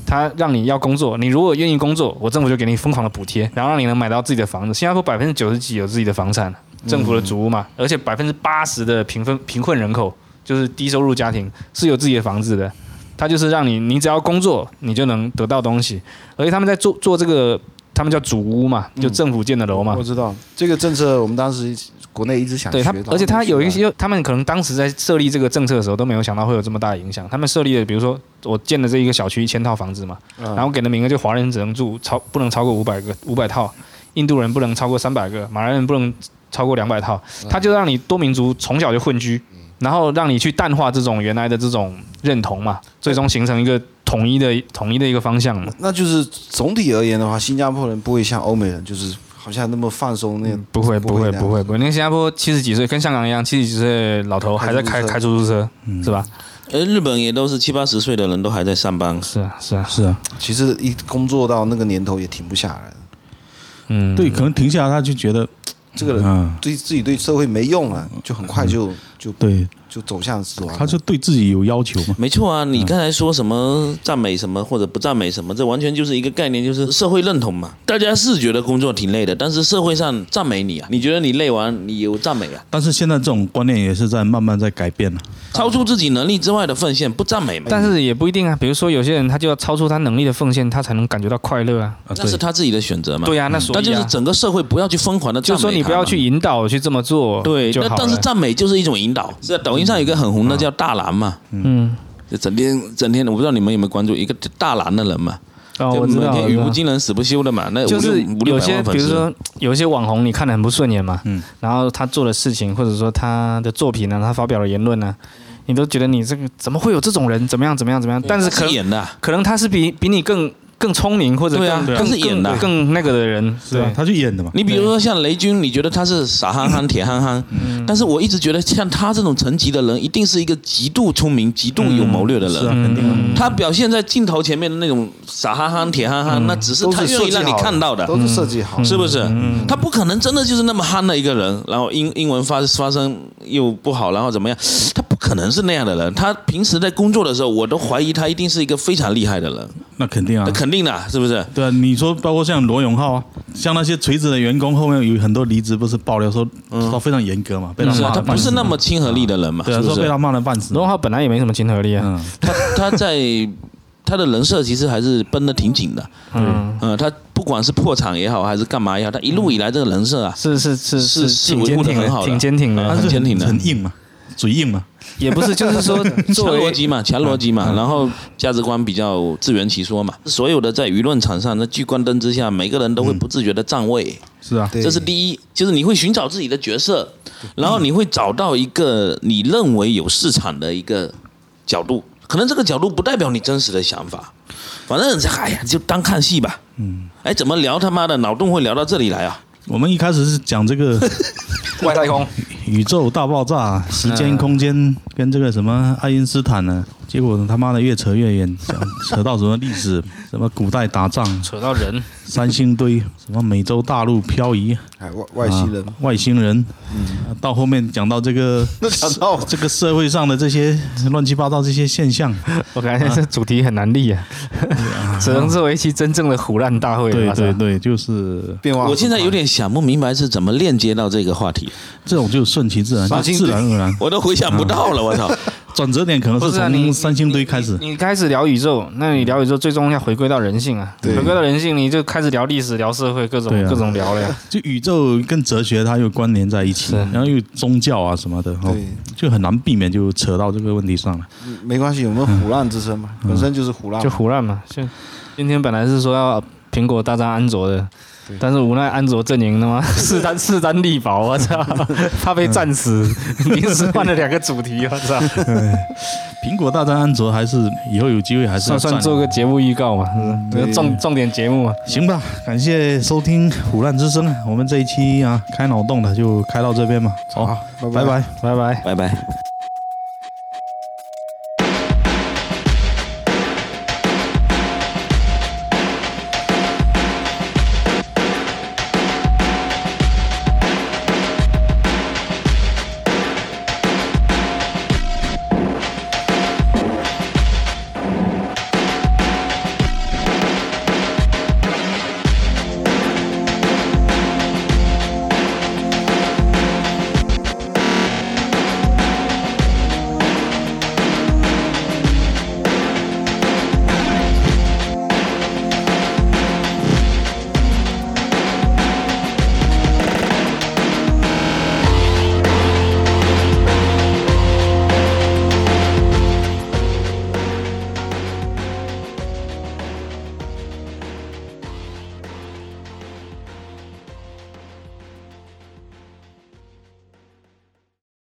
他让你要工作，你如果愿意工作，我政府就给你疯狂的补贴，然后让你能买到自己的房子。新加坡百分之九十几有自己的房产，政府的主屋嘛，而且百分之八十的贫困贫困人口就是低收入家庭是有自己的房子的。他就是让你，你只要工作，你就能得到东西。而且他们在做做这个，他们叫主屋嘛，就政府建的楼嘛。
我知道这个政策，我们当时国内一直想
对
学
他
到，
而且他有一
没学到
些，他们可能当时在设立这个政策的时候都没有想到会有这么大的影响。他们设立的，比如说我建的这一个小区一千套房子嘛，
嗯
然后给的名额就华人只能住超不能超过五百个五百套，印度人不能超过三百个，马来人不能超过两百套，他就让你多民族从小就混居，然后让你去淡化这种原来的这种认同嘛，最终形成一个统一的统一的一个方向嘛。
那就是总体而言的话，新加坡人不会像欧美人，就是好像那么放松那样。
嗯不会
不
不
会
会
那样
不会不会，那个新加坡七十几岁，跟香港一样，七十几岁老头还在开
开
开出租车，嗯是吧？
呃，日本也都是七八十岁的人都还在上班，
是啊是啊，
是啊，
其实一工作到那个年头也停不下来了，
嗯，
对，可能停下来他就觉得，
这个人
啊，
对自己对社会没用了，就很
嗯
快就就
对，
就走向死
嗯
亡了。
他就对自己有要求嘛，
没错啊，
嗯
你刚才说什么赞美什么或者不赞美什么，这完全就是一个概念，就是社会认同嘛。大家是觉得工作挺累的，但是社会上赞美你啊，你觉得你累完，你有赞美啊，
但是现在这种观念也是在慢慢在改变啊了。
超出自己能力之外的奉献不赞美嘛，
啊但是也不一定啊。比如说，有些人他就要超出他能力的奉献，他才能感觉到快乐啊。
啊，
那是
对，
他自己的选择嘛。嗯
对啊，那所以、啊、
但就是整个社会不要去疯狂的赞
就
美
是说你不要去引导我去这么做，
对，
就
那
好
但是
了。
赞美就是一种引导。是啊，抖音上有一个很红的叫大蓝嘛，
嗯，
就整天整天，我不知道你们有没有关注一个大蓝的人嘛，
哦，
就
我
每
知道，
天
我
语
知
不
道
惊人死不休的嘛，那五
就
六
是
五六
有
百
些
万
比
粉
如
丝。
说有一些网红，你看的很不顺眼嘛，嗯，然后他做的事情，或者说他的作品呢、啊他发表的言论呢、你都觉得你这个怎么会有这种人？怎么样怎么样怎么样？但是可
是
能
演的啊，
可能他是比比你更更聪明，或者
对啊
更
他是
更
演的
更更那个的人，
是啊，他去演的嘛。
你比如说像雷军，你觉得他是傻憨憨、铁憨憨，但是我一直觉得像他这种层级的人，一定是一个极度聪明、极度有谋略的嗯
是啊，
人。
肯定啊。
他表现在镜头前面的那种傻憨憨、铁憨憨，那只是
都
他
是
愿
设
意
计
让你
好的
看到的，嗯
都是设计好的，
是不是？他不可能真的就是那么憨的一个人，然后英英文发发声又不好，然后怎么样？他不可能是那样的人。他平时在工作的时候，我都怀疑他一定是一个非常厉害的人，
那肯定啊
那，肯定的，是不是？
对啊，你说包括像罗永浩啊，像那些垂直的员工，后面有很多离职，不是爆料说他非常严格嘛，被他
是啊，
骂
他
了
不
半
是
死。
那么亲和力的人嘛，
对
是
啊，
不
说
是
被？他骂了半死。
荣浩本来也没什么亲和力啊，
嗯，
他他在他的人设其实还是绷得挺紧的，
嗯，
嗯，他不管是破产也好，还是干嘛也好，他一路以来这个人设啊，
是是是
是是
挺
维
坚
护得
挺
很好的
挺坚挺的
他。
很
是
坚挺的
很硬嘛，嘴硬嘛，
也不是，就是 说作
强逻
为嗯
辑嘛，强逻辑嘛，然后价值观比较自圆其说嘛。所有的在舆论场上的聚光灯之下，每个人都会
嗯
不自觉的站位，
是啊，
对
这是第一，就是你会寻找自己的角色，然后你会找到一个你认为有市场的一个角度，可能这个角度不代表你真实的想法，反正哎呀就当看戏吧。嗯，哎，怎么聊他妈的脑洞会聊到这里来啊？
我们一开始是讲这个
外太空，
宇宙大爆炸、时间、空间跟这个什么爱因斯坦呢，结果他妈的越扯越远，讲扯到什么历史、什么古代打仗、
扯到人，
三星堆、什么美洲大陆漂移、
哎，外外星 人
啊，外星人，啊到后面讲到这个
那讲到
这个社会上的这些乱七八糟这些现象，
我感觉这主题很难 立啊，只能作为一期真正的胡乱大会
对
了。
对
是吧，
对，就是
变化很快，
我现在有点想不明白是怎么链接到这个话题，
这种就顺其自然，
三
就
星
自然而然。
我都回想不到了，我 操！
转折点可能
不
是
是啊，你
从三星堆开始
你，你你开始聊宇宙，那你聊宇宙最终要回归到人性啊，
对
回归到人性，你就开始聊历史、聊社会，各种
对啊
各种聊了呀。
就宇宙跟哲学它又关联在一起，
是
然后又宗教啊什么的，哦
对，
就很难避免就扯到这个问题上了。
没关系，我们
嗯
虎烂之身嘛，本身就是虎烂嘛，
就胡乱嘛。就今天本来是说要苹果大战安卓的
对，
但是无奈安卓阵营他妈势单势单力薄，我操，怕被战死，临时换了两个主题，我操，
苹果大战安卓还是以后有机会还是
算
要
算
占
做个节目预告嘛，是吧
嗯对
重重点节目嘛。
行吧。感谢收听《虎烂之声》啊，我们这一期啊开脑洞的就开到这边吧。好，
拜
拜拜。
拜拜。
拜拜。